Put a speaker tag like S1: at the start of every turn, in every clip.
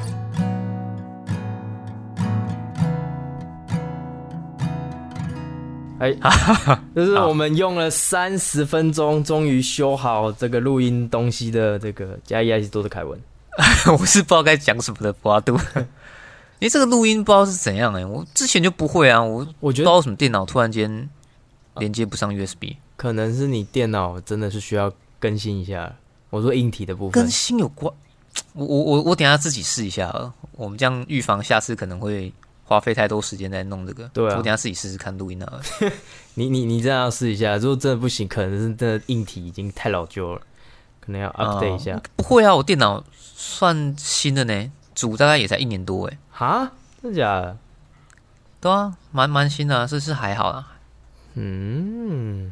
S1: 哎， 就是
S2: 啊
S1: 我们用了三十分钟，终于修好这个录音东西的这个加一还是多的凯文。
S2: 我是不知道该讲什么的瓜 度，因为这个录音不知道是怎样哎、我之前就不会啊，我
S1: 我
S2: 不
S1: 觉
S2: 知道
S1: 得啊
S2: 为什么电脑突然间连接不上 USB，
S1: 可能是你电脑真的是需要更新一下。我说硬体的部分
S2: 跟，新有关。我我我我等一下自己试一下啊，我们这样预防下次可能会花费太多时间在弄这个。
S1: 对啊
S2: 我等一下自己试试看录音啊。
S1: 你你你这样要试一下，如果真的不行，可能是真的硬体已经太老旧了，可能要 update 一下
S2: 哦。 不会啊，我电脑算新的呢，组大概也才一年多哎。
S1: 哈，真的假的？
S2: 对啊，蛮蛮新的、啊，是是还好啦，
S1: 嗯，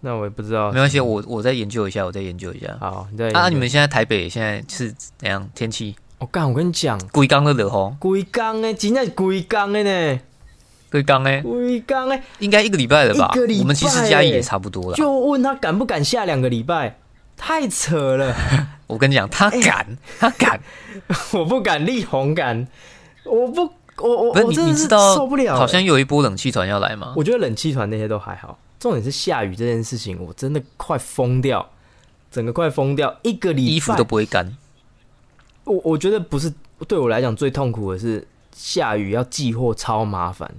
S1: 那我也不知道
S2: 没。关系，我我再研究一下，我再研究一下。
S1: 好，你再
S2: 啊，你们现在台北现在是怎样天气？
S1: 我干、我跟你讲，
S2: 龟缸的热吼，
S1: 规工诶，真正是规工诶呢，
S2: 龟缸哎，
S1: 规工诶，
S2: 应该一个礼拜了吧？
S1: 一个礼拜
S2: 我们其实嘉义也差不多了。
S1: 就问他敢不敢下两个礼拜，太扯了，
S2: 我跟你讲，他敢，
S1: 哎
S2: 他敢，
S1: 我不敢，力宏敢，我不，我我
S2: 不
S1: 我
S2: 是你
S1: 真的
S2: 你
S1: 是
S2: 知道
S1: 受不了、欸
S2: 好像有一波冷气团要来吗？
S1: 我觉得冷气团那些都还好，重点是下雨这件事情，我真的快疯掉，整个快疯掉，一个礼拜
S2: 衣服都不会干。
S1: 我我觉得不是对我来讲最痛苦的是下雨要寄货超麻烦，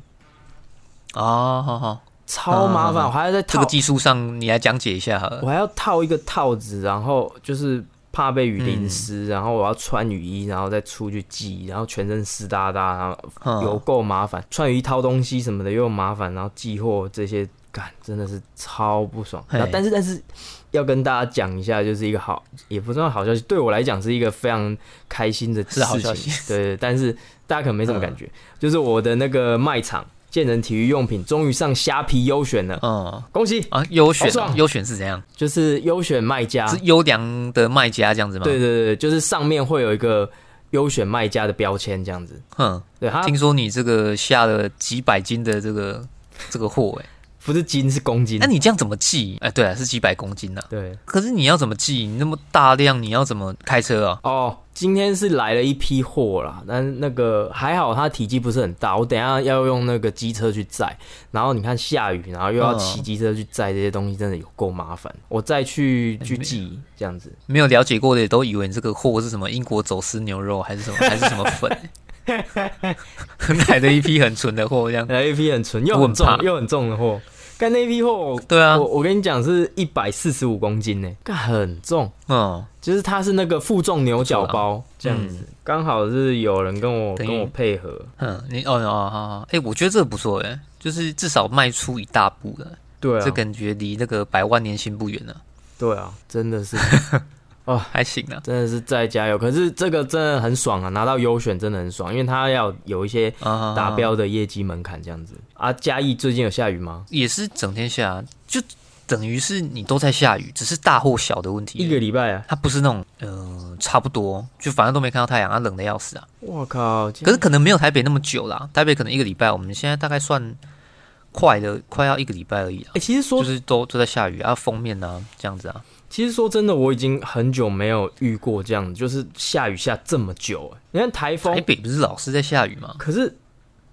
S2: 哦，好好，
S1: 超麻烦，
S2: 嗯
S1: 我还要再
S2: 这
S1: 套
S2: 个技术上你来讲解一下好了
S1: 我。还要套一个套子，然后就是怕被雨淋湿，
S2: 嗯
S1: 然后我要穿雨衣，然后再出去寄，然后全身湿哒哒，然后
S2: 嗯
S1: 有够麻烦。穿雨衣掏东西什么的又麻烦，然后寄货这些，干真的是超不爽。
S2: 嘿
S1: 然后但是但是要跟大家讲一下，就是一个好，也不算好消息，对我来讲是一个非常开心的事
S2: 是好
S1: 情
S2: 消息。 嗯
S1: 对对，但是大家可能没什么感觉，就是我的那个卖场健人体育用品终于上虾皮优选了，
S2: 嗯
S1: 恭喜！
S2: 啊，优选
S1: 好爽
S2: 优选是怎样？
S1: 就是优选卖家，
S2: 是优良的卖家这样子吗？
S1: 对，对对，就是上面会有一个优选卖家的标签这样子。
S2: 哼，
S1: 对，它
S2: 听说你这个下了几百斤的这个这个货哎、
S1: 不是斤是公斤
S2: 那。你这样怎么记？哎、对啊，是几百公斤啊。
S1: 对，
S2: 可是你要怎么记？你那么大量，你要怎么开车啊？
S1: 哦，今天是来了一批货啦，但那个还好，它体积不是很大。我等一下要用那个机车去载，然后你看下雨，然后又要骑机车去载这些东西，真的有够麻烦。我再去去寄这样子，
S2: 哎没有了解过的也都以为你这个货是什么英国走私牛肉，还是什么， 还是什么粉、来的一批很纯的货这样。
S1: 哎来了一批很纯又
S2: 我
S1: 很
S2: 很
S1: 重
S2: 怕
S1: 又很重的货。干那批货，我
S2: 对啊
S1: 我，我跟你讲是一百四十五公斤呢，干很重。
S2: 嗯，
S1: 就是它是那个负重牛角包这样子，刚、好是有人跟我
S2: 等于
S1: 跟我配合，
S2: 嗯，你哦哦好好，哎、我觉得这个不错哎、就是至少迈出一大步了，
S1: 对啊，
S2: 这感觉离那个百万年薪不远了，
S1: 对啊，真的是
S2: 还行啊。
S1: 真的是在加油，可是这个真的很爽啊，拿到优选真的很爽，因为它要有一些
S2: 啊，
S1: 达标的业绩门槛这样子啊。嘉义最近有下雨吗？
S2: 也是整天下，就等于是你都在下雨，只是大或小的问题而已。
S1: 一个礼拜啊，
S2: 它不是那种呃差不多，就反正都没看到太阳，它、冷的要死啊。
S1: 我靠，
S2: 可是可能没有台北那么久啦，台北可能一个礼拜，我们现在大概算快的快要一个礼拜而已啊
S1: 哎、，其实说、
S2: 就是都都在下雨啊，封面啊这样子啊，
S1: 其实说真的，我已经很久没有遇过这样子，就是下雨下这么久、哎你看台风
S2: 台北不是老是在下雨吗？
S1: 可是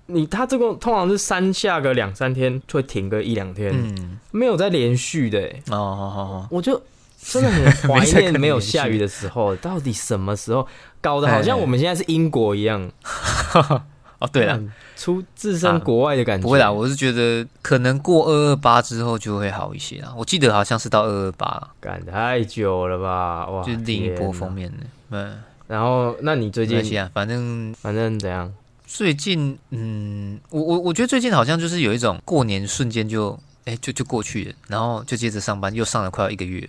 S1: 你它这个通常是三下个两三天，就会停个一两天，
S2: 嗯，
S1: 没有在连续的欸。
S2: 哦哦哦，
S1: 我就真的很怀
S2: 没在跟
S1: 念
S2: 你
S1: 没有
S2: 连续
S1: 下雨的时候，到底什么时候？搞得好像
S2: 哎
S1: 我们现在是英国一样，
S2: 哦哦对了，
S1: 嗯，出置
S2: 啊
S1: 身国外的感觉。
S2: 不会啦，，我是觉得可能过二二八之后就会好一些啦，我记得好像是到二二八，
S1: 赶太久了吧？哇，
S2: 就是另一波
S1: 天
S2: 封
S1: 哪。
S2: 面的，嗯，
S1: 然后，那你最
S2: 没关
S1: 近
S2: 系啊，反正
S1: 反正怎样？
S2: 最近，嗯，我我我觉得最近好像就是有一种过年瞬间就，哎、就就过去了，然后就接着上班，又上了快要一个月，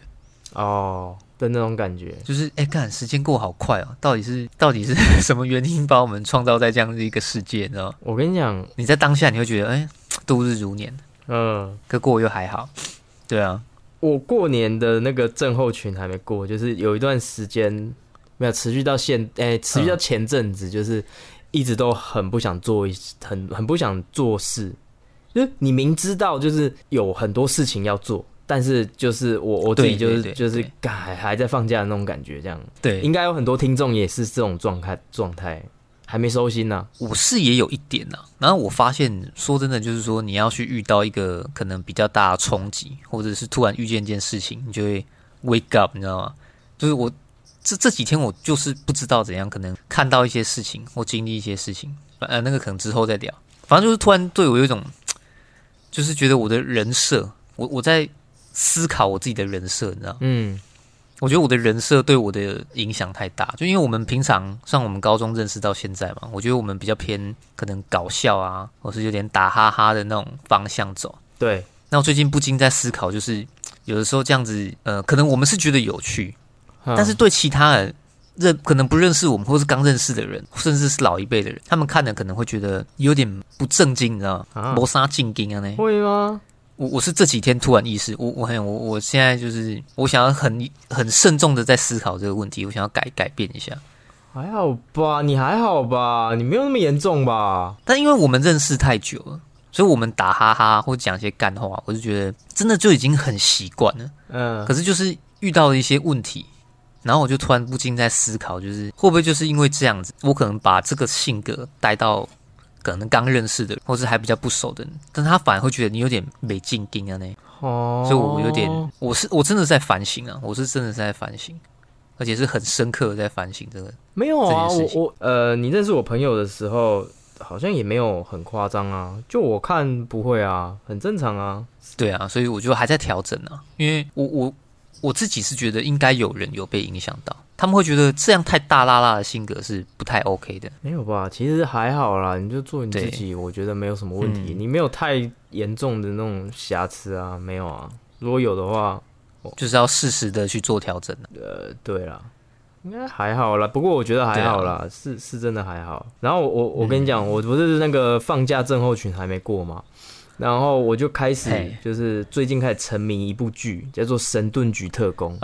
S1: 哦的那种感觉，
S2: 就是哎，看、时间过好快哦，到底是到底是 什么原因把我们创造在这样的一个世界，你知道吗？
S1: 我跟你讲，
S2: 你在当下你会觉得，哎、度日如年，
S1: 嗯，
S2: 可过又还好，对啊，
S1: 我过年的那个症候群还没过，就是有一段时间没有持续到现，诶、持
S2: 嗯
S1: 续到前阵子，就是一直都很不想做一，很很不想做事。就是你明知道就是有很多事情要做，但是就是我我自己
S2: 对
S1: 就是
S2: 对对
S1: 就是
S2: 对
S1: 干还还在放假的那种感觉，这样
S2: 对，
S1: 应该有很多听众也是这种状态状态。还没收心呢、
S2: 我是也有一点呐、然后我发现，说真的，就是说你要去遇到一个可能比较大的冲击，或者是突然遇见一件事情，你就会 wake up，你知道吗？就是我这这几天我就是不知道怎样，可能看到一些事情或经历一些事情，呃，那个可能之后再聊。反正就是突然对我有一种，就是觉得我的人设，我我在思考我自己的人设，你知道吗？
S1: 嗯，
S2: 我觉得我的人设对我的影响太大，就因为我们平常像我们高中认识到现在嘛，我觉得我们比较偏可能搞笑啊，或是有点打哈哈的那种方向走。
S1: 对，
S2: 那我最近不禁在思考，就是有的时候这样子，呃，可能我们是觉得有趣，
S1: 嗯
S2: 但是对其他人认可能不认识我们，或是刚认识的人，甚至是老一辈的人，他们看了可能会觉得有点不正经，你知道吗？
S1: 啊
S2: 磨砂进京啊呢。
S1: 会吗？
S2: 我我是这几天突然意识，我我很我我现在就是我想要很很慎重的在思考这个问题，我想要改改变一下。
S1: 还好吧，你还好吧，你没有那么严重吧？
S2: 但因为我们认识太久了，所以我们打哈哈或讲一些干话，我就觉得真的就已经很习惯了。
S1: 嗯、
S2: 可是就是遇到了一些问题，然后我就突然不禁在思考，就是会不会就是因为这样子，我可能把这个性格带到可能刚认识的人，或是还比较不熟的人，但他反而会觉得你有点没进定啊呢。
S1: 哦，
S2: 所以我有点，我是我真的在反省啊，我是真的在反省，而且是很深刻的在反省这个。
S1: 没有啊，
S2: 这件
S1: 我
S2: 事情
S1: 我呃，你认识我朋友的时候，好像也没有很夸张啊，就我看不会啊，很正常啊。
S2: 对啊，所以我就还在调整啊，因为我我我自己是觉得应该有人有被影响到，他们会觉得这样太大啦啦的性格是不太 OK 的。
S1: 没有吧？其实还好啦，你就做你自己，我觉得没有什么问题。
S2: 嗯
S1: 你没有太严重的那种瑕疵啊，没有啊。如果有的话，
S2: 就是要适时的去做调整、啊、
S1: 呃，对啦，应该啊还好啦。不过我觉得还好啦，是是真的还好。然后我我我跟你讲，我不是那个放假症候群还没过嘛，然后我就开始
S2: 嘿
S1: 就是最近开始沉迷一部剧，叫做《神盾局特工》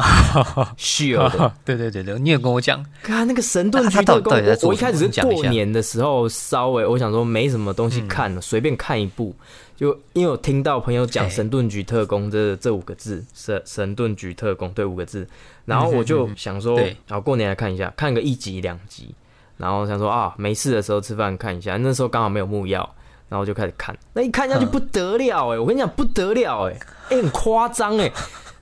S1: ，Shield 的。
S2: 对对对对，你有跟我讲，
S1: 看那个神盾
S2: 那
S1: 局
S2: 他
S1: 特
S2: 到底
S1: 工，
S2: 到底在
S1: 我
S2: 做
S1: 我一
S2: 什么
S1: 开始
S2: 你
S1: 是
S2: 讲一
S1: 过
S2: 下
S1: 年的时候稍微我想说没什么东西看了，随便看一部，就因为我听到朋友讲“
S2: 嘿
S1: 神盾局特工”这这五个字，神神盾局特工对五个字，然后我
S2: 嗯
S1: 就想说，
S2: 对
S1: 然后过年来看一下，看个一集两集，然后想说啊，没事的时候吃饭看一下，那时候刚好没有木曜。然后就开始看，那一看下去
S2: 嗯
S1: 不得了哎、我跟你讲不得了哎、哎、很夸张哎，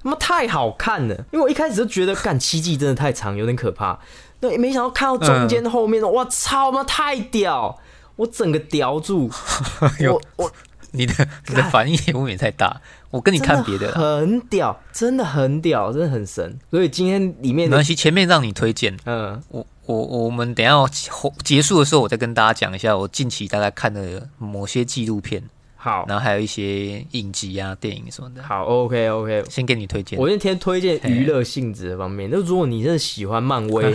S1: 他妈太好看了！因为我一开始就觉得，干七季真的太长，有点可怕。对，没想到看到中间后面，我、操妈太屌！我整个屌住，
S2: 有
S1: 我我
S2: 你的你的反应也未免太大。我跟你看别的啦，
S1: 很屌，真的很屌，真的很神。所以今天里面
S2: 没
S1: 的
S2: 关系，前面让你推荐，
S1: 嗯，
S2: 我我我们等一下后结束的时候，我再跟大家讲一下我近期大概看的某些纪录片，
S1: 好
S2: 然后还有一些影集啊、电影什么的，
S1: 好 OK OK，
S2: 先给你推荐。
S1: 我今天推荐娱乐性质的方面。那如果你真的喜欢漫 威，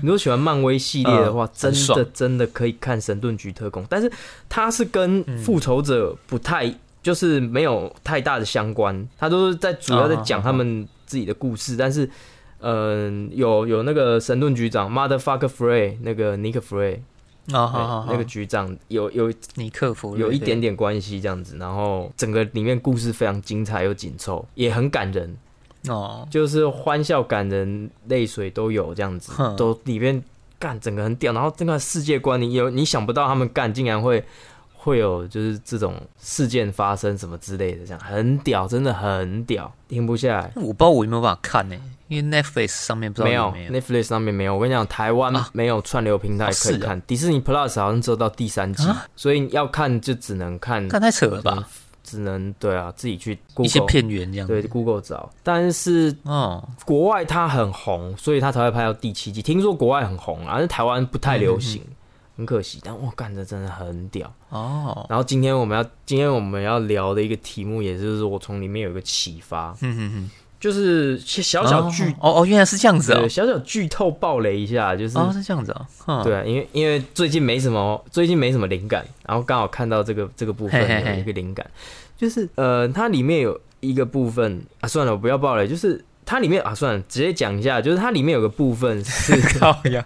S1: 你如果喜欢漫威系列的话，真
S2: 嗯很
S1: 的
S2: 爽
S1: 真的可以看《神盾局特工》，但是它是跟复仇者不太，
S2: 嗯
S1: 就是没有太大的相关，它都是在主要在讲他们自己的故
S2: 啊
S1: 事，但是。嗯，有有那个神盾局长 Motherfucker Frey，那个尼克 Frey，
S2: 啊，
S1: 对
S2: 好好好，
S1: 那个局长有有
S2: 你克服
S1: 有一点点关系这样子，然后整个里面故事非常精彩又紧凑，也很感人，
S2: 哦，
S1: 就是欢笑、感人、泪水都有这样子，
S2: 哼
S1: 都里边干整个很屌，然后这个世界观你有你想不到他们干竟然会会有就是这种事件发生什么之类的，这样很屌，真的很屌，停不下来。
S2: 我不知道我有没有办法看呢、因为 Netflix 上面不知道
S1: 没有
S2: 有没有。
S1: Netflix 上面没有，我跟你讲，台湾
S2: 啊
S1: 没有串流平台
S2: 哦
S1: 可以
S2: 是啊
S1: 看，迪士尼 Plus 好像只有到第三季，
S2: 啊
S1: 所以要看就只能看，
S2: 看太扯了吧，
S1: 只能对啊，自己去
S2: 一些
S1: Google
S2: 片源这样
S1: 对
S2: 子。
S1: Google 找，但是
S2: 哦，
S1: 国外它很红，所以它才会拍到第七季。听说国外很红啊，但是台湾不太流
S2: 嗯
S1: 行，很可惜。但我干的真的很屌。
S2: 哦，
S1: 然后今天我们要今天我们要聊的一个题目，也就是我从里面有一个启发，
S2: 嗯嗯
S1: 就是
S2: 嗯，
S1: 小小剧、
S2: 哦哦，原来是这样子
S1: 对
S2: 哦，
S1: 小小剧透暴雷一下，就是、
S2: 哦是这样子哦，哼
S1: 对啊，因为因为最近没什么，最近没什么灵感，然后刚好看到这个这个部分
S2: 嘿嘿嘿
S1: 有一个灵感，就是呃，它里面有一个部分啊，算了，我不要爆了，就是它里面啊，算了，直接讲一下，就是它里面有个部分是，
S2: 靠呀，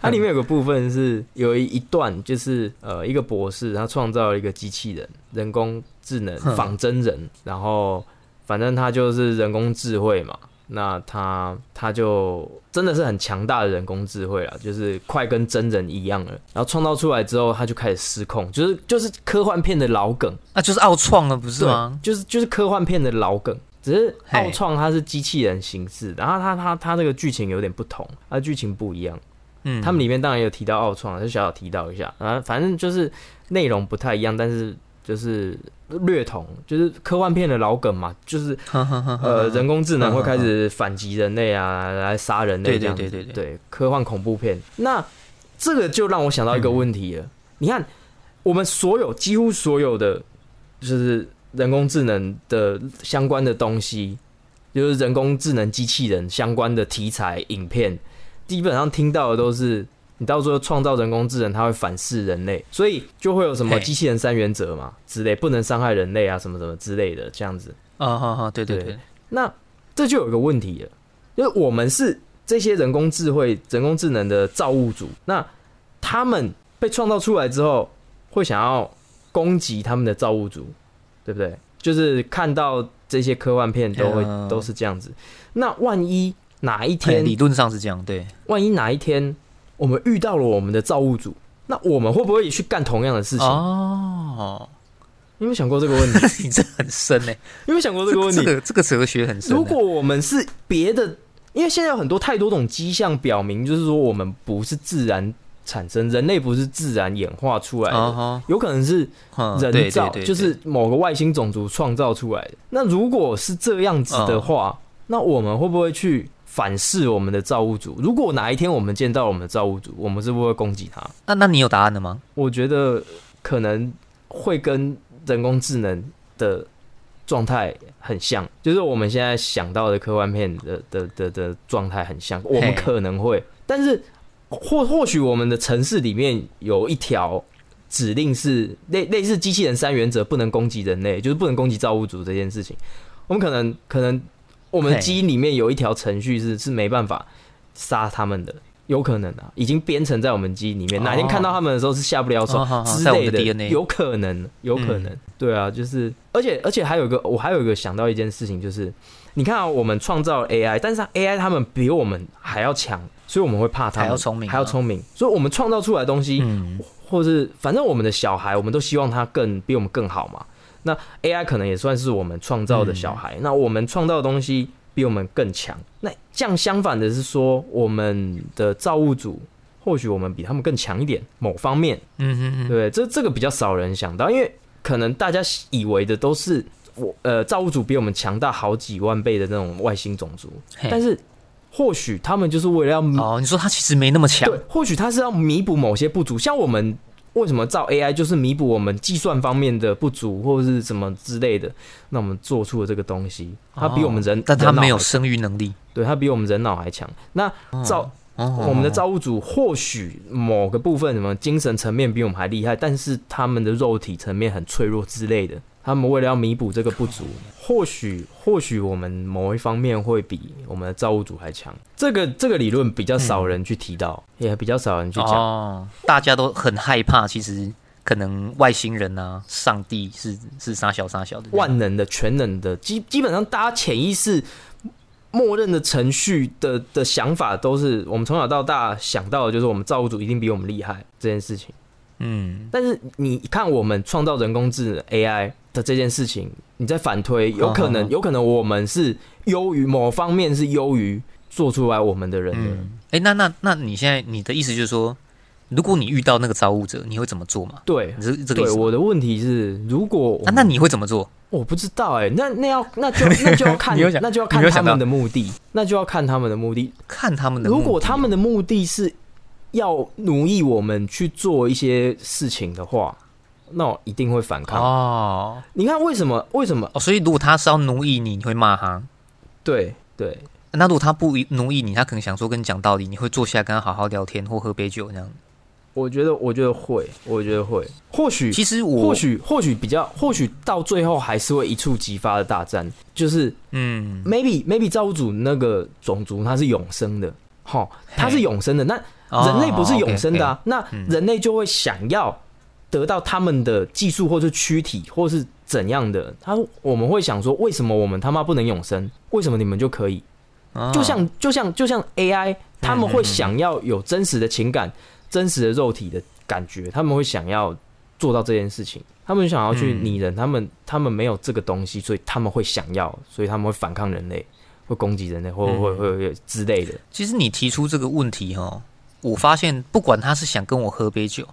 S1: 它
S2: 嗯
S1: 里面有个部分是有一一段就是呃，一个博士他创造了一个机器人，人工智能
S2: 哼
S1: 仿真人，然后反正他就是人工智慧嘛，那它它就真的是很强大的人工智慧啦，就是快跟真人一样了。然后创造出来之后，它就开始失控，就是就是科幻片的老梗，
S2: 那就是奥创了，不是吗？
S1: 对就是就是科幻片的老梗。只是
S2: 嘿
S1: 奥创它是机器人形式，然后它它它这个剧情有点不同，它剧情不一样。
S2: 嗯，
S1: 他们里面当然也有提到奥创，就小小提到一下啊，反正就是内容不太一样，但是就是略同，就是科幻片的老梗嘛，就是
S2: 呵呵呵呵
S1: 呃人工智能会开始反击人类啊，来杀人类
S2: 嗯对
S1: 这
S2: 对
S1: 样子。
S2: 对对对
S1: 对，科幻恐怖片。那这个就让我想到一
S2: 嗯
S1: 个问题了，你看我们所有几乎所有的就是人工智能的相关的东西，就是人工智能机器人相关的题材影片，基本上听到的都是。你到最后创造人工智能，它会反噬人类，所以就会有什么
S2: 嘿
S1: 机器人三原则嘛之类，不能伤害人类啊，什么什么之类的这样子。
S2: 啊哈哈，对对对，
S1: 那这就有一个问题了，就是我们是这些人工智慧、人工智能的造物主，那他们被创造出来之后，会想要攻击他们的造物主，对不对？就是看到这些科幻片都会、啊
S2: 嗯
S1: 都是这样子。那万一哪一
S2: 哎
S1: 天，
S2: 理论上是这样，对，
S1: 万一哪一天我们遇到了我们的造物主，那我们会不会也去干同样的事情？
S2: 哦，
S1: 你有没有想过这个问题？
S2: 你这很深呢，
S1: 你有没有想过这个问题
S2: 这？个这个哲学很深欸。
S1: 如果我们是别的，因为现在有很多太多种迹象表明，就是说我们不是自然产生，人类不是自然演化出来的。
S2: 啊
S1: 有可能是
S2: 哈，嗯
S1: 人
S2: 对
S1: 造，
S2: 对对
S1: 就是某个外星种族创造出来的。那如果是这样子的
S2: 啊
S1: 话，那我们会不会去反噬我们的造物主？如果哪一天我们见到我们的造物主，我们是不是会攻击他？
S2: 那那你有答案了吗？
S1: 我觉得可能会跟人工智能的状态很像，就是我们现在想到的科幻片的的的的状态很像，我们可能会，但是或或许我们的城市里面有一条指令是类类似机器人三原则，不能攻击人类，就是不能攻击造物主这件事情，我们可能可能我们的
S2: 嘿
S1: 基因里面有一条程序是是没办法杀他们的。有可能啊，已经编程在我们基因里面，哪天
S2: 哦
S1: 看到他们的时候是下不了手
S2: 哦好好
S1: 之
S2: 在我
S1: 类
S2: 们的
S1: 的，
S2: DNA
S1: 有可能，有可
S2: 嗯
S1: 能，对啊，就是，而且而且还有一个，我还有一个想到一件事情，就是你看啊，我们创造了 AI，但是它 AI 他们比我们还要强，所以我们会怕他们，
S2: 还要聪明啊
S1: 还要聪明，所以我们创造出来的东西，
S2: 嗯，
S1: 或是反正我们的小孩，我们都希望他更比我们更好嘛。那 AI 可能也算是我们创造的小
S2: 嗯
S1: 孩，那我们创造的东西比我们更强。那这样相反的是说，我们的造物主或许我们比他们更强一点，某方面，
S2: 嗯嗯嗯，
S1: 对，这这个比较少人想到，因为可能大家以为的都是我呃造物主比我们强大好几万倍的那种外星种族，
S2: 嘿
S1: 但是或许他们就是为了要
S2: 哦，你说他其实没那么强
S1: 对，或许它是要弥补某些不足，像我们为什么造 AI 就是弥补我们计算方面的不足或者是什么之类的，那我们做出了这个东西，它比我们人，
S2: 哦但他
S1: 人脑
S2: 没有
S1: 还，
S2: 生育能力。
S1: 对，它比我们人脑还强。那造、
S2: 哦，
S1: 我们的造物主或许某个部分什么精神层面比我们还厉害，但是他们的肉体层面很脆弱之类的。他们为了要弥补这个不足，或许或许我们某一方面会比我们的造物主还强。这个这个理论比较少人去提到，也比较少人去讲。
S2: 哦，大家都很害怕，其实可能外星人啊，上帝是是傻小傻小的，
S1: 万能的、全能的，基基本上大家潜意识默认的程序的的想法都是，我们从小到大想到的就是我们造物主一定比我们厉害这件事情。
S2: 嗯，
S1: 但是你看我们创造人工智能 AI 的这件事情，你再反推，有可能
S2: 嗯
S1: 有可能我们是优于某方面是优于做出来我们的人的。
S2: 哎、那那那你现在你的意思就是说，如果你遇到那个造物者，你会怎么做嘛？
S1: 对
S2: 你是这个意
S1: 对，
S2: 思吗？
S1: 我的问题是，如果我
S2: 啊，那你会怎么做？
S1: 我不知道哎、那那要那 就那就要看
S2: 你有想
S1: 那就要
S2: 你
S1: 看
S2: 有
S1: 他
S2: 想到
S1: 们的目的，那就要看他们的目的。
S2: 看他们的目
S1: 如
S2: 的，
S1: 果他们的目的是要奴役我们去做一些事情的话，那我一定会反抗。
S2: 哦
S1: 你看为什么？为什么？
S2: 哦，所以如果他是要奴役你，你会骂他；
S1: 对对
S2: 那如果他不奴役你，他可能想说跟你讲道理，你会坐下来跟他好好聊天或喝杯酒那样。
S1: 我觉得，我觉得会，我觉得会。或许，
S2: 其实我
S1: 或许，或许比较，或许到最后还是会一触即发的大战。就是
S2: 嗯
S1: maybe maybe 造物主那个种族它是永生的，哈，它是
S2: 嘿
S1: 永生的。那
S2: 哦
S1: 人类不是永生的、
S2: OK，OK
S1: 啊，那人类就会想要得到他们的技术，或是躯体，或是怎样的。他我们会想说，为什么我们他妈不能永生？为什么你们就可以？
S2: 啊
S1: 就像就像就像 AI，他们会想要有真实的情感、真实的肉体的感觉，他们会想要做到这件事情，他们想要去
S2: 嗯
S1: 拟人，他们他们没有这个东西，所以他们会想要，所以他们会反抗人类，会攻击人类，或
S2: 嗯
S1: 会会会之类的。
S2: 其实你提出这个问题哦，我发现不管他是想跟我喝杯酒，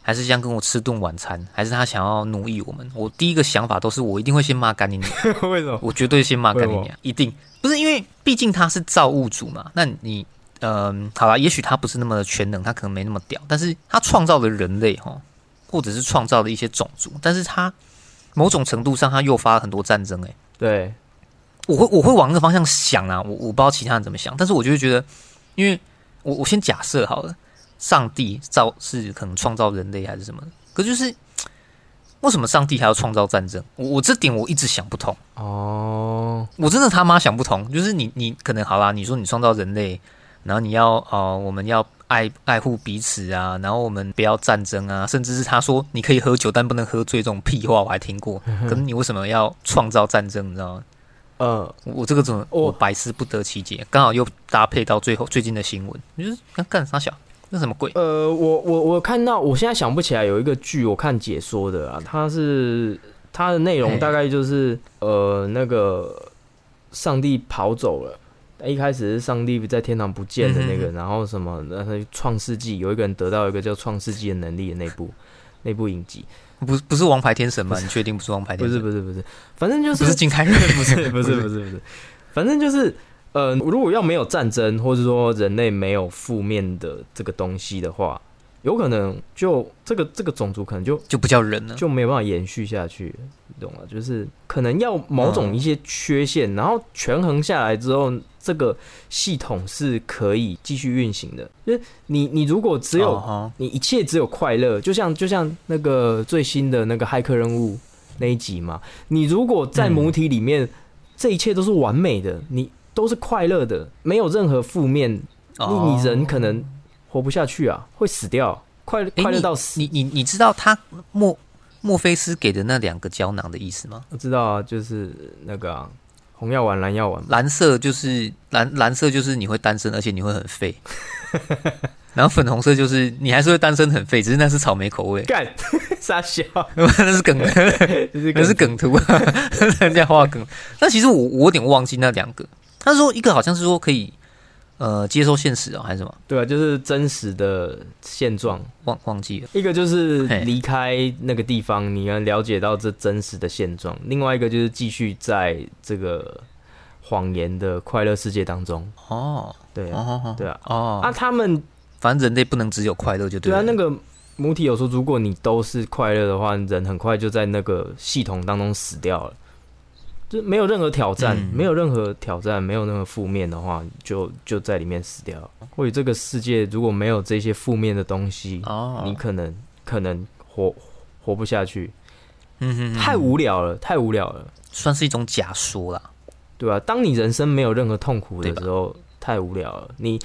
S2: 还是想跟我吃顿晚餐，还是他想要奴役我们，我第一个想法都是我一定会先骂干你娘，
S1: 为什么？
S2: 我绝对先骂干你
S1: 为什
S2: 娘，一定不是因为毕竟他是造物主嘛，那你。嗯，好啦，也许他不是那么全能，他可能没那么屌，但是他创造了人类哈，或者是创造了一些种族，但是他某种程度上他诱发了很多战争、欸，
S1: 对，
S2: 我会我会往那个方向想啊，我我不知道其他人怎么想，但是我就会觉得，因为我我先假设好了，上帝造是可能创造人类还是什么的，可就是嘖为什么上帝还要创造战争？我我这点我一直想不通，
S1: 哦，
S2: 我真的他妈想不通。就是你你可能好啦，你说你创造人类，然后你要哦、呃我们要爱爱护彼此啊，然后我们不要战争啊，甚至是他说你可以喝酒但不能喝醉这种屁话我还听过，
S1: 嗯
S2: 可是你为什么要创造战争？你知道吗？
S1: 呃，
S2: 我这个怎么
S1: 我
S2: 我百思不得其解，刚好又搭配到最后最近的新闻，你就是干干啥小那什么鬼？
S1: 呃，我我我看到，我现在想不起来有一个剧，我看解说的啊，它是它的内容
S2: 嘿
S1: 大概就是呃，那个上帝跑走了。一开始是上帝在天堂不见的那
S2: 嗯
S1: 个，然后什么，然后创世纪有一个人得到一个叫创世纪的能力的那部那部影集，
S2: 不是不是王牌天 神吗？你确定不是王牌
S1: 不
S2: 天
S1: 是
S2: 神？
S1: 不是不是，反正就
S2: 不是金凯瑞，不
S1: 是 不是不是不是，反正就是呃，如果要没有战争，或者说人类没有负面的这个东西的话，有可能就这个这个种族可能就
S2: 就不叫人了。
S1: 就没有办法延续下去，你懂吗？就是可能要某种
S2: 嗯
S1: 一些缺陷，然后权衡下来之后，这个系统是可以继续运行的。就是你你如果只有
S2: 哦吼
S1: 你一切只有快乐，就像就像那个最新的那个骇客任务那一集嘛，你如果在母体里面，这一切都是完美的，你都是快乐的，没有任何负面，
S2: 哦
S1: 你你人可能活不下去啊，会死掉，快
S2: 诶
S1: 快乐到死。
S2: 你你你知道他墨墨菲斯给的那两个胶囊的意思吗？
S1: 我知道啊，就是那个、啊、红药丸、蓝药丸嘛，
S2: 蓝色就是蓝蓝色就是你会单身，而且你会很废。然后粉红色就是你还是会单身很废，只是那是草莓口味，
S1: 干 傻笑，
S2: 那是梗。
S1: 就是
S2: 可是梗图啊， 人家画梗。但其实我我有点忘记那两个。他说一个好像是说可以呃接受现实啊、还是什么？
S1: 对啊，就是真实的现状。
S2: 忘忘记了。
S1: 一个就是
S2: 嘿
S1: 离开那个地方，你能了解到这真实的现状；，另外一个就是继续在这个谎言的快乐世界当中。
S2: 哦
S1: 对啊，
S2: 哦
S1: 对啊。
S2: 哦
S1: 啊，他们
S2: 反正人类不能只有快乐就
S1: 对啊，
S2: 了。
S1: 那个母体有说，如果你都是快乐的话，人很快就在那个系统当中死掉了，就没有任何挑战，
S2: 嗯
S1: 没有任何挑战，没有任何负面的话，就就在里面死掉了。或许这个世界如果没有这些负面的东西，
S2: 哦，
S1: 你可能可能活活不下去。
S2: 嗯哼哼
S1: 太无聊了，太无聊了，
S2: 算是一种假说啦。
S1: 对吧、当你人生没有任何痛苦的
S2: 对吧
S1: 时候，太无聊了。你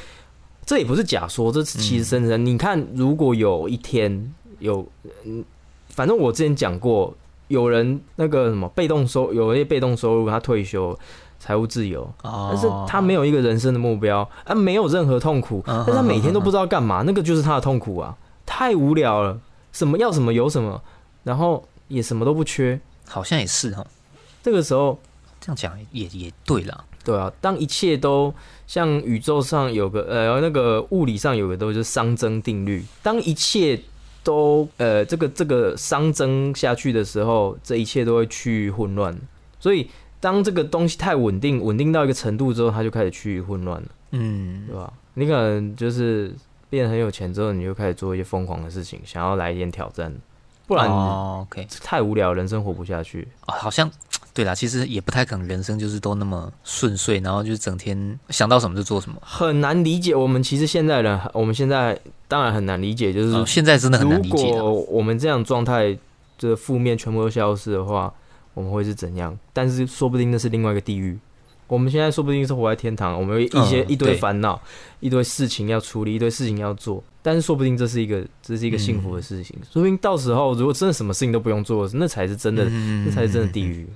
S1: 这也不是假说，这是其实真的。你看，如果有一天有，嗯，反正我之前讲过，有人那个什么被动收，有一些被动收入，他退休，财务自由，
S2: 哦，
S1: 但是他没有一个人生的目标，啊，没有任何痛苦，
S2: 嗯
S1: 但是他每天都不知道干嘛，那个就是他的痛苦啊，太无聊了，什么要什么有什么，然后也什么都不缺。
S2: 好像也是哦，
S1: 这个时候，
S2: 这样讲也也对啦。
S1: 对啊，当一切都像宇宙上有个呃那个物理上有个东西，就是熵增定律。当一切都呃这个这个熵增下去的时候，这一切都会趋于混乱。所以当这个东西太稳定，稳定到一个程度之后，它就开始趋于混乱了，
S2: 嗯
S1: 对吧？你可能就是变得很有钱之后，你就开始做一些疯狂的事情，想要来一点挑战，不然
S2: 哦，OK，
S1: 太无聊，人生活不下去。
S2: 哦，好像对啦，其实也不太可能，人生就是都那么顺遂，然后就是整天想到什么就做什么。
S1: 很难理解，我们其实现在人，我们现在当然很难理解，就是
S2: 嗯现在真的很难理解
S1: 啊如
S2: 啦。
S1: 果我们这样状态，这负面全部都消失的话，我们会是怎样？但是说不定那是另外一个地狱。我们现在说不定是活在天堂，我们有一些、
S2: 嗯
S1: 一堆
S2: 对
S1: 烦恼，一堆事情要处理，一堆事情要做。但是说不定这是一个这是一个幸福的事情，说不定到时候如果真的什么事情都不用做，那才是真的，
S2: 嗯
S1: 那才是真的地狱，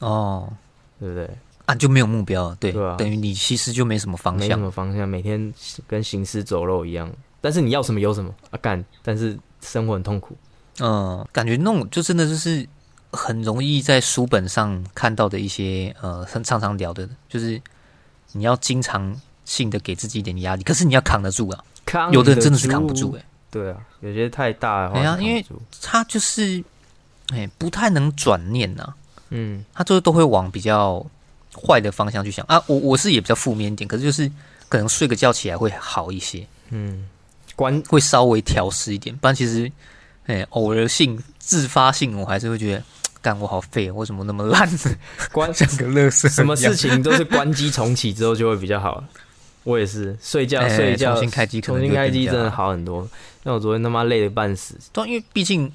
S2: 哦，
S1: 对不对？
S2: 啊，就没有目标了，对，
S1: 对啊
S2: 等于你其实就没什么方
S1: 没什
S2: 向。
S1: 么方向，每天跟行尸走肉一样。但是你要什么有什么啊干，但是生活很痛苦。
S2: 嗯，感觉那种就真的就是很容易在书本上看到的一些呃，很常常聊的，就是你要经常性的给自己一点压力，可是你要扛得住啊。
S1: 扛
S2: 有的人真的是扛不住哎、
S1: 哎、对啊，有些太大的话
S2: 哎
S1: 是
S2: 呀
S1: 扛不
S2: 因为
S1: 住
S2: 他就是哎、不太能转念呐、
S1: 嗯
S2: 他就是都会往比较坏的方向去想啊。我我是也比较负面一点，可是就是可能睡个觉起来会好一些，
S1: 嗯，关
S2: 会稍微调试一点，不然其实哎、偶尔性自发性，我还是会觉得。干我好废，啊为什么那么烂？
S1: 关
S2: 像个乐色。
S1: 什么事情都是关机重启之后就会比较好。我也是睡觉
S2: 哎
S1: 睡觉，
S2: 重新开机可
S1: 重
S2: 能就
S1: 新开机
S2: 更加
S1: 真的好很多。那我昨天他妈累得半死，
S2: 对，因为毕竟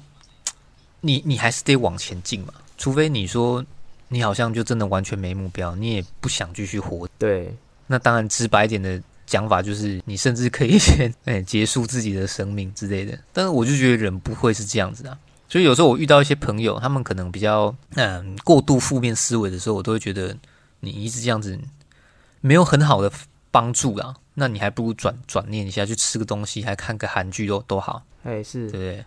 S2: 你你还是得往前进嘛，除非你说你好像就真的完全没目标，你也不想继续活。
S1: 对，
S2: 那当然，直白一点的讲法就是，你甚至可以先 哎、结束自己的生命之类的。但是我就觉得人不会是这样子啊。所以有时候我遇到一些朋友，他们可能比较嗯过度负面思维的时候，我都会觉得你一直这样子没有很好的帮助啊。那你还不如转转念一下，去吃个东西，还看个韩剧都都好。
S1: 哎是
S2: 对不对？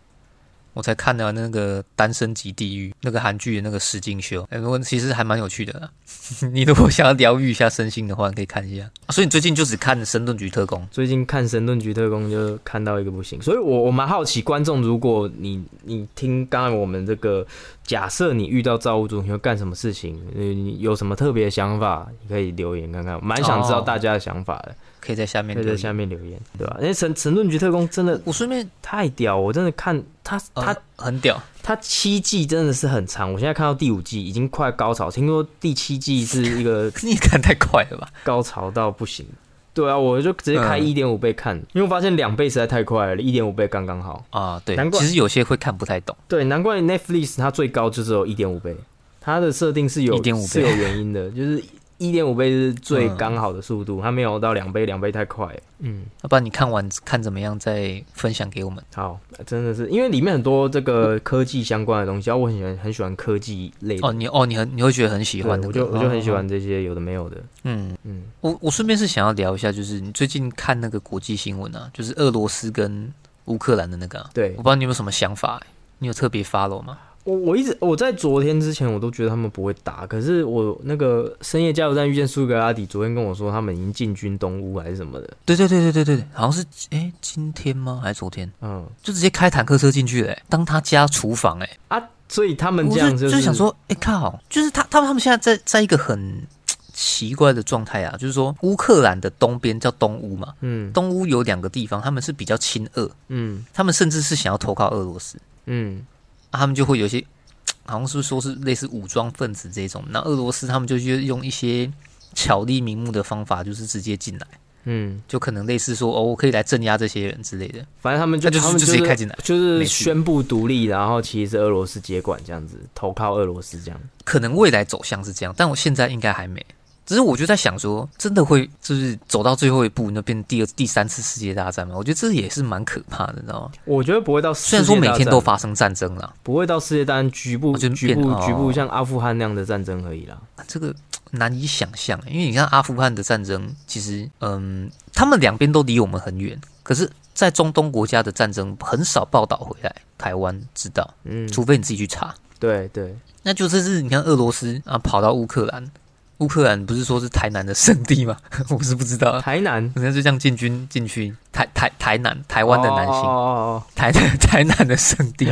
S2: 我才看了那个《单身级地狱》那个韩剧的那个石进修，哎，我其实还蛮有趣的啦。啊 你如果想要疗愈一下身心的话，你可以看一下。啊所以你最近就只看《神盾局特工》
S1: 最近看《神盾局特工》就看到一个不行，所以我我蛮好奇，观众如果你你听刚才我们这个假设你遇到造物主，你会干什么事情？呃你有什么特别的想法？你可以留言看看，我蛮想知道
S2: 哦
S1: 大家的想法的，
S2: 可以在下面
S1: 可以
S2: 留
S1: 在
S2: 言。
S1: 下面留言，对吧、因为神神盾局特工真的
S2: 我顺便，
S1: 太屌，我真的看他
S2: 呃
S1: 他
S2: 很屌，
S1: 它七季真的是很长，我现在看到第五季已经快高潮，听说第七季是一个
S2: 你也看太快了 吧？
S1: 高潮到不行。 对啊，我就直接开
S2: 嗯
S1: 一点五倍看，因为我发现两倍实在太快了，一点五倍刚刚好。
S2: 啊，对
S1: 难，怪
S2: 其实有些会看不太懂。
S1: 对，难怪 Netflix 它最高就只有一点五倍，它的设定是有
S2: 1.5倍嗯
S1: 是有原因的，就是一点五倍是最刚好的速度，它没有到两倍，两倍太快了。嗯，
S2: 要啊不然你看完看怎么样，再分享给我们。
S1: 好，真的是因为里面很多这个科技相关的东西，然后啊我很喜欢很喜欢科技类的，
S2: 哦，你哦，你很你会觉得很喜
S1: 对
S2: 欢，
S1: 我
S2: 对
S1: 就
S2: 不
S1: 我
S2: 对
S1: 就很喜。
S2: 哦
S1: 欢这些有的没有的。
S2: 嗯，
S1: 嗯，
S2: 我我顺便是想要聊一下，就是你最近看那个国际新闻啊，就是俄罗斯跟乌克兰的那个、啊，
S1: 对
S2: 我不知道你有没有什么想法、欸你有特别 follow 吗？
S1: 我我一直我在昨天之前我都觉得他们不会打，可是我那个深夜加油站遇见苏格拉底，昨天跟我说他们已经进军东乌还是什么的，
S2: 对对对对对对，好像是哎、诶今天吗？还是昨天？
S1: 嗯
S2: 就直接开坦克车进去了、欸当他家厨房哎、欸
S1: 啊，所以他们
S2: 我
S1: 这样
S2: 就是想说，哎、靠，就是他他们他们现在在在一个很奇怪的状态啊，就是说乌克兰的东边叫东乌嘛，
S1: 嗯
S2: 东乌有两个地方他们是比较亲俄，
S1: 嗯
S2: 他们甚至是想要投靠俄罗斯。
S1: 嗯
S2: 啊他们就会有一些，好像是说是类似武装分子这种。那俄罗斯他们就就用一些巧立名目的方法，就是直接进来，
S1: 嗯，
S2: 就可能类似说哦，我可以来镇压这些人之类的。
S1: 反正他们就
S2: 那就是
S1: 他们
S2: 就直接开进来
S1: 就是
S2: 没事
S1: 宣布独立，然后其实是俄罗斯接管这样子，投靠俄罗斯这样。
S2: 可能未来走向是这样，但我现在应该还没。只是我就在想说，真的会就是走到最后一步，那变第二、第三次世界大战吗？我觉得这也是蛮可怕的，你知道吗？
S1: 我觉得不会到世
S2: 虽
S1: 界
S2: 然说每
S1: 大
S2: 天
S1: 战
S2: 都发生战争啦，
S1: 不会到世界大战局部
S2: 哦就
S1: 局
S2: 变
S1: 部
S2: 哦
S1: 局部像阿富汗那样的战争而已啦。
S2: 这个难以想象，因为你看阿富汗的战争，其实嗯，他们两边都离我们很远，可是，在中东国家的战争很少报道回来，台湾知道，
S1: 嗯，
S2: 除非你自己去查。
S1: 对对，
S2: 那就这是你看俄罗斯啊跑到乌克兰，乌克兰不是说是台南的圣地吗？ 我是不知道啊，
S1: 台南
S2: 人家就这样进军进去台台台南台湾的男性，
S1: 哦哦哦
S2: 台南台南的圣地，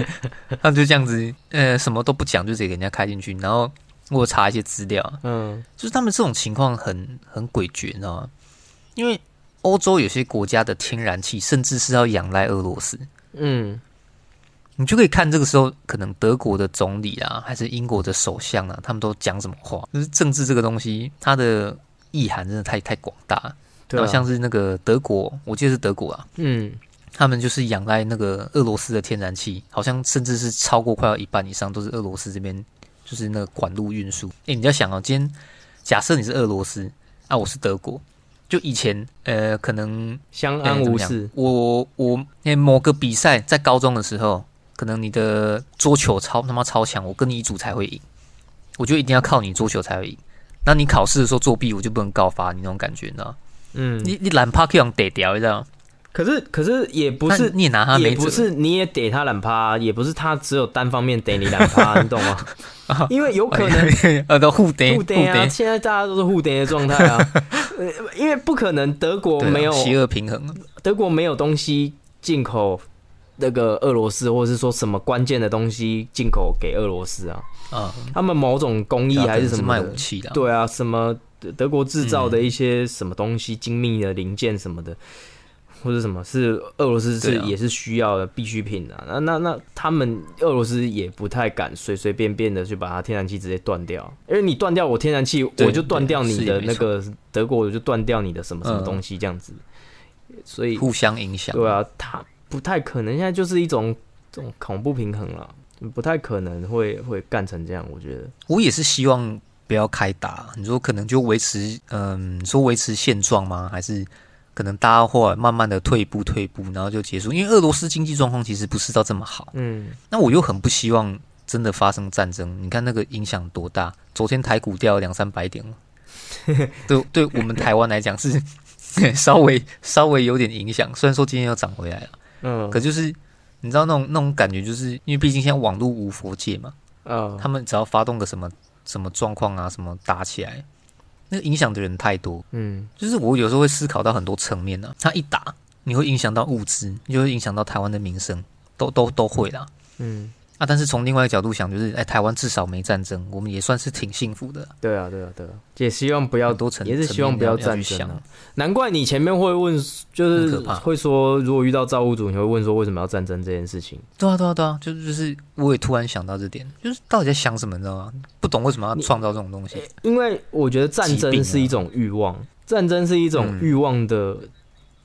S2: 他们就这样子，呃，什么都不讲，就直接给人家开进去，然后我查一些资料啊。
S1: 哦嗯
S2: 就是他们这种情况很很诡谲，你知道吗？因为欧洲有些国家的天然气甚至是要仰赖俄罗斯，
S1: 嗯
S2: 你就可以看这个时候可能德国的总理啊，还是英国的首相啊，他们都讲什么话？就是政治这个东西，它的意涵真的太太广大了。
S1: 对
S2: 然
S1: 啊，
S2: 后像是那个德国，我记得是德国啊，
S1: 嗯。
S2: 他们就是仰赖那个俄罗斯的天然气，好像甚至是超过快要一半以上都是俄罗斯这边就是那个管路运输。诶，你要想哦，今天假设你是俄罗斯啊，我是德国，就以前呃，可能
S1: 相
S2: 诶
S1: 安无
S2: 哎怎么
S1: 事
S2: 讲。我我那某个比赛在高中的时候，可能你的桌球超他妈超强，我跟你一组才会赢，我就一定要靠你桌球才会赢。那你考试的时候作弊，我就不能告发你那种感觉，你知道吗？
S1: 嗯，
S2: 你你懒趴可以让逮掉，你知道吗？
S1: 可是可是也不是
S2: 但你也拿他没
S1: 也
S2: 辙
S1: 不，是你也得他懒趴，也不是他只有单方面得你懒 趴，你懂吗？因为有可能
S2: 呃，都哦 互逮
S1: 互逮啊，
S2: 逮，
S1: 现在大家都是互逮的状 态啊，呃因为不可能德国
S2: 对啊
S1: 没有
S2: 邪恶平衡啊，
S1: 德国没有东西进口那个俄罗斯，或者是说什么关键的东西进口给俄罗斯啊，
S2: 啊，
S1: 他们某种工艺
S2: 对啊
S1: 还
S2: 可能
S1: 什
S2: 是
S1: 么
S2: 卖
S1: 的
S2: 武器的啊，嗯
S1: 对啊，什么德德国制造的一些什么东西、精密的零件什么的，或者什么是俄罗斯是、
S2: 对啊
S1: 也是需要的必需品啊。那那那他们俄罗斯也不太敢随随便便的去把它天然气直接断掉，因为你断掉我天然气，
S2: 对
S1: 我就断掉你的
S2: 对
S1: 那
S2: 是
S1: 个德国，我就断掉你的什么什么
S2: 嗯
S1: 东西这样子。所以
S2: 互相影响，
S1: 对啊，他不太可能，现在就是一种这种恐怖平衡了。不太可能会会干成这样，我觉得。
S2: 我也是希望不要开打。你说可能就维持，嗯，你说维持现状吗？还是可能大家后来慢慢的退步退步，然后就结束？因为俄罗斯经济状况其实不是到这么好，
S1: 嗯，
S2: 那我又很不希望真的发生战争。你看那个影响多大？昨天台股掉两三百点了，对，对我们台湾来讲是 稍微稍微有点影响。虽然说今天又涨回来了，
S1: 嗯，
S2: 可就是你知道那种那种感觉，就是因为毕竟现在网络无国界嘛。
S1: 呃
S2: 他们只要发动个什么什么状况啊，什么打起来，那个影响的人太多。
S1: 嗯，
S2: 就是我有时候会思考到很多层面呢、啊，他一打，你会影响到物资，你就会影响到台湾的民生，都都都会啦。
S1: 嗯，
S2: 啊，但是从另外一个角度想，就是哎，台湾至少没战争，我们也算是挺幸福的。
S1: 对啊，对啊，对啊，也希望不要
S2: 很多层
S1: 也是希望不要战争、
S2: 层面要
S1: 啊
S2: 去。
S1: 难怪你前面会问，就
S2: 很
S1: 是
S2: 可怕
S1: 会说，如果遇到造物主，你会问说为什么要战争这件事情。
S2: 对啊，对啊，对啊，就就是我也突然想到这点，就是到底在想什么，你知道吗？不懂为什么要创造这种东西。
S1: 因为我觉得战
S2: 疾病
S1: 争
S2: 啊
S1: 是一种欲望，战争是一种
S2: 嗯
S1: 欲望的，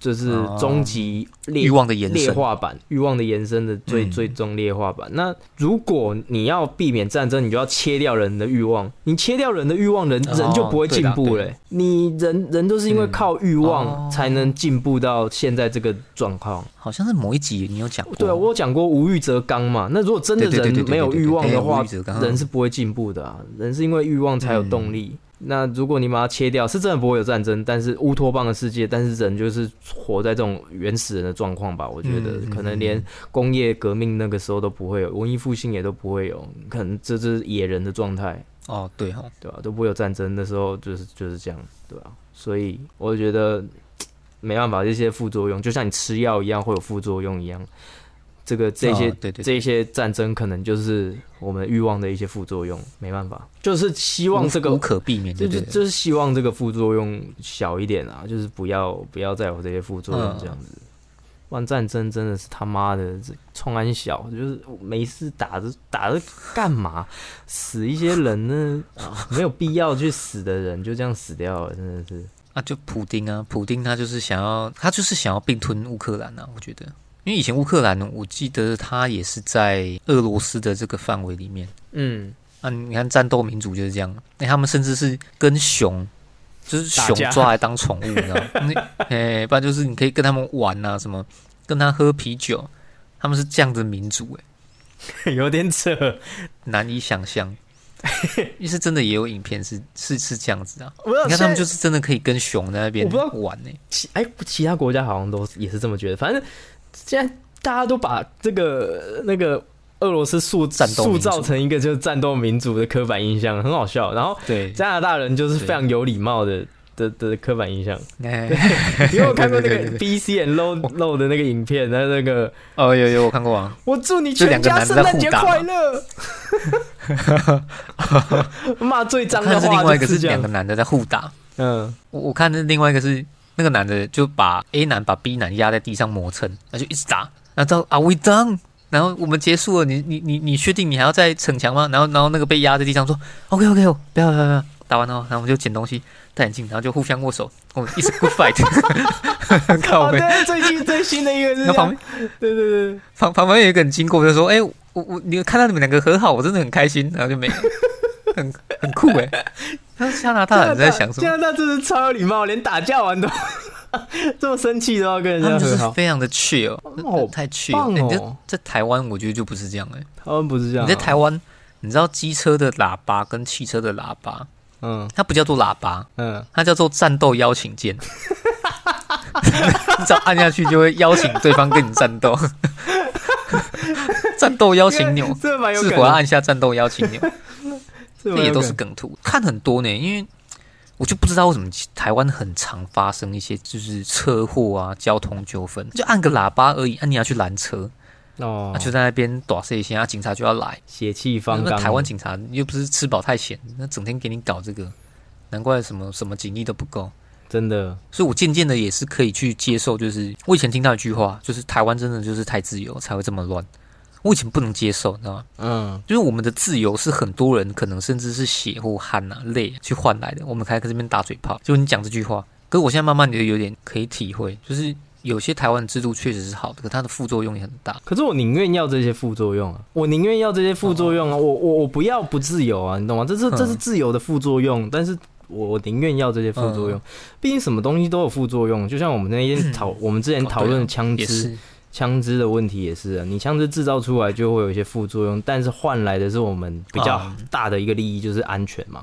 S1: 就是终极
S2: 欲
S1: 烈
S2: 望的延
S1: 劣
S2: 伸，
S1: 化版，欲望的延伸的最、
S2: 嗯
S1: 最终劣化版。那如果你要避免战争，你就要切掉人的欲望。你切掉人的欲望，人、
S2: 哦
S1: 人就不会进步
S2: 对
S1: 了、
S2: 啦对
S1: 你人人都是因为
S2: 嗯
S1: 靠欲望
S2: 哦
S1: 才能进步到现在这个状况。
S2: 好像是某一集你有讲过，
S1: 对啊，我有讲过无欲则刚嘛。那如果真的
S2: 对对对对
S1: 人
S2: 对
S1: 没有欲望的
S2: 哎
S1: 话
S2: 无欲则刚，
S1: 人是不会进步的啊。人是因为欲望才有动力。
S2: 嗯
S1: 那如果你把它切掉，是真的不会有战争，但是乌托邦的世界，但是人就是活在这种原始人的状况吧。我觉得、
S2: 嗯嗯
S1: 可能连工业革命那个时候都不会有，文艺复兴也都不会有，可能这就是野人的状态。
S2: 哦，对哦，
S1: 对啊吧、都不会有战争的时候，就是就是这样，对吧、啊所以我觉得没办法，这些副作用就像你吃药一样会有副作用一样，这个这些、
S2: 哦对对对
S1: 这些战争可能就是我们欲望的一些副作用，没办法，就是希望这
S2: 无
S1: 个。
S2: 无可避免，
S1: 就
S2: 对
S1: 就
S2: 对
S1: 就是希望这个副作用小一点啊，就是不要不要再有这些副作
S2: 嗯
S1: 用这样子。不然战争真的是他妈的这冲安小，就是没事打着打着干嘛？死一些人呢、啊没有必要去死的人就这样死掉了，真的是。
S2: 啊，就普丁啊，普丁他就是想要，他就是想要并吞乌克兰啊，我觉得，因为以前乌克兰，我记得他也是在俄罗斯的这个范围里面
S1: 嗯，
S2: 啊，你看战斗民族就是这样，那、他们甚至是跟熊，就是
S1: 打
S2: 熊
S1: 架
S2: 抓来当宠物，你知道吗？ 那哎，不然就是你可以跟他们玩啊，什么跟他喝啤酒，他们是这样的民族、哎，
S1: 有点扯。
S2: 难以 想象。因为是真的也有影片是是是这样子啊，
S1: 不是
S2: 你看他们就是是真的可以跟熊在那边
S1: 我不知道
S2: 玩呢、哎
S1: 其哎，其他国家好像都是也是这么觉得。反正现在大家都把这个那个俄罗斯塑
S2: 战斗民
S1: 塑
S2: 族
S1: 造成一个就是战斗民族的刻板印象，很好笑。然后
S2: 对，
S1: 加拿大人就是非常有礼貌的的的的刻板印 象。
S2: 哎，
S1: 你有没有看过那
S2: 对对
S1: 个
S2: 对
S1: B C and Low Low 的那个影片？那那个
S2: 哦，有有我看过啊，
S1: 我祝你
S2: 就
S1: 全
S2: 两个
S1: 家
S2: 男的
S1: 圣
S2: 在
S1: 诞
S2: 互
S1: 节
S2: 打
S1: 快乐。 骂最 脏
S2: 看
S1: 的
S2: 的是另
S1: 话
S2: 外一
S1: 就
S2: 个是
S1: 这
S2: 两
S1: 样
S2: 个。男的在互打，
S1: 嗯，
S2: 我我看的另外一个是那个男的就把 A 男把 B 男压在地上磨蹭，那就一直打，然后到 Are we done？然后我们结束了，你你你你确定你还要再逞强吗？然后然后那个被压在地上说 OK OK，不要不要不要，打完了，哦然后我们就捡东西戴眼镜，然后就互相握手，我们一直 good fight，靠
S1: 哦，
S2: 背。
S1: 对，最近最新的一个是
S2: 然后
S1: 这
S2: 旁
S1: 样
S2: 边。
S1: 对对对，
S2: 旁旁边有一个人经过就说：“哎、我我你看到你们两个和好，我真的很开心。”然后 就没了，很很酷哎、他说加拿大人在想什
S1: 加
S2: 么？
S1: 拿大真是超有礼貌，连打架完都 这么生气都要跟人
S2: 他
S1: 家
S2: 们就
S1: 和
S2: 是
S1: 啊好。
S2: 非常的 chill，
S1: 好
S2: 太 chill
S1: 棒
S2: 了。
S1: 哦
S2: 你在在台湾，我觉得就不是这样哎、
S1: 他们不是这样
S2: 你
S1: 啊。
S2: 在台湾，你知道机车的喇叭跟汽车的喇叭，
S1: 嗯
S2: 它不叫做喇叭，
S1: 嗯，
S2: 它叫做战斗邀请键。 你只要按下去，就会邀请对方跟你战斗。战斗邀请钮，
S1: 这蛮有
S2: 是
S1: 感
S2: 否要
S1: 觉，
S2: 按下战斗邀请钮？
S1: 这
S2: 那
S1: 蛮
S2: 也
S1: 有
S2: 都
S1: 感
S2: 是梗图，看很多呢，因为我就不知道为什么台湾很常发生一些就是车祸啊、交通纠纷，就按个喇叭而已，啊按、你要去拦车，
S1: 哦
S2: 啊、，就在那边打这一些，啊，警察就要来。
S1: 血气方
S2: 那
S1: 刚，
S2: 台湾警察又不是吃饱太闲，那整天给你搞这个，难怪什么什么警力都不够。
S1: 真的，
S2: 所以我渐渐的也是可以去接受，就是我以前听到一句话，就是台湾真的就是太自由才会这么乱。我以前不能接受，你知道吗？
S1: 嗯，
S2: 就是我们的自由是很多人可能甚至是血或汗啊、泪去换来的，我们还在这边打嘴炮。就你讲这句话，可是我现在慢慢的有点可以体会，就是有些台湾制度确实是好的，可它的副作用也很大。
S1: 可是我宁愿要这些副作用啊，我宁愿要这些副作用啊，我我我不要不自由啊，你懂吗？这是
S2: 哦嗯
S1: 这是自由的副作用，但是我我宁愿要这些副作
S2: 嗯
S1: 用，毕竟什么东西都有副作用，就像我们那天讨，我们之前
S2: 哦
S1: 讨论
S2: 对
S1: 的
S2: 啊
S1: 枪
S2: 也
S1: 支，
S2: 是，
S1: 枪支的问题也是啊，你枪支制造出来就会有一些副作用，但是换来的是我们比较
S2: 啊
S1: 大的一个利益就是安全嘛。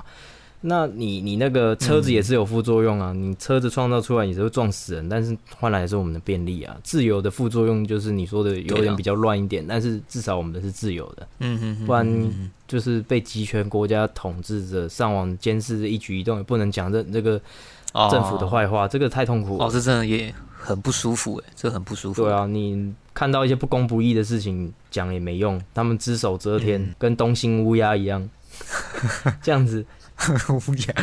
S1: 那你你那个车子也是有副作用啊，
S2: 嗯
S1: 你车子创造出来也是会撞死人，但是换来的是我们的便利啊。自由的副作用就是你说的有
S2: 对
S1: 点
S2: 啊
S1: 比较乱一点，但是至少我们的是自由的，
S2: 嗯嗯嗯，
S1: 不然就是被集权国家统治着，上网监视的一举一动，也不能讲这这个
S2: 哦
S1: 嗯政府的坏话，这个太痛苦了
S2: 哦，。这真的也很不舒服诶，这很不舒服。
S1: 对，啊，你看到一些不公不义的事情讲也没用，他们只手遮
S2: 嗯
S1: 天，跟东兴乌鸦一 样，这样子，
S2: 无言。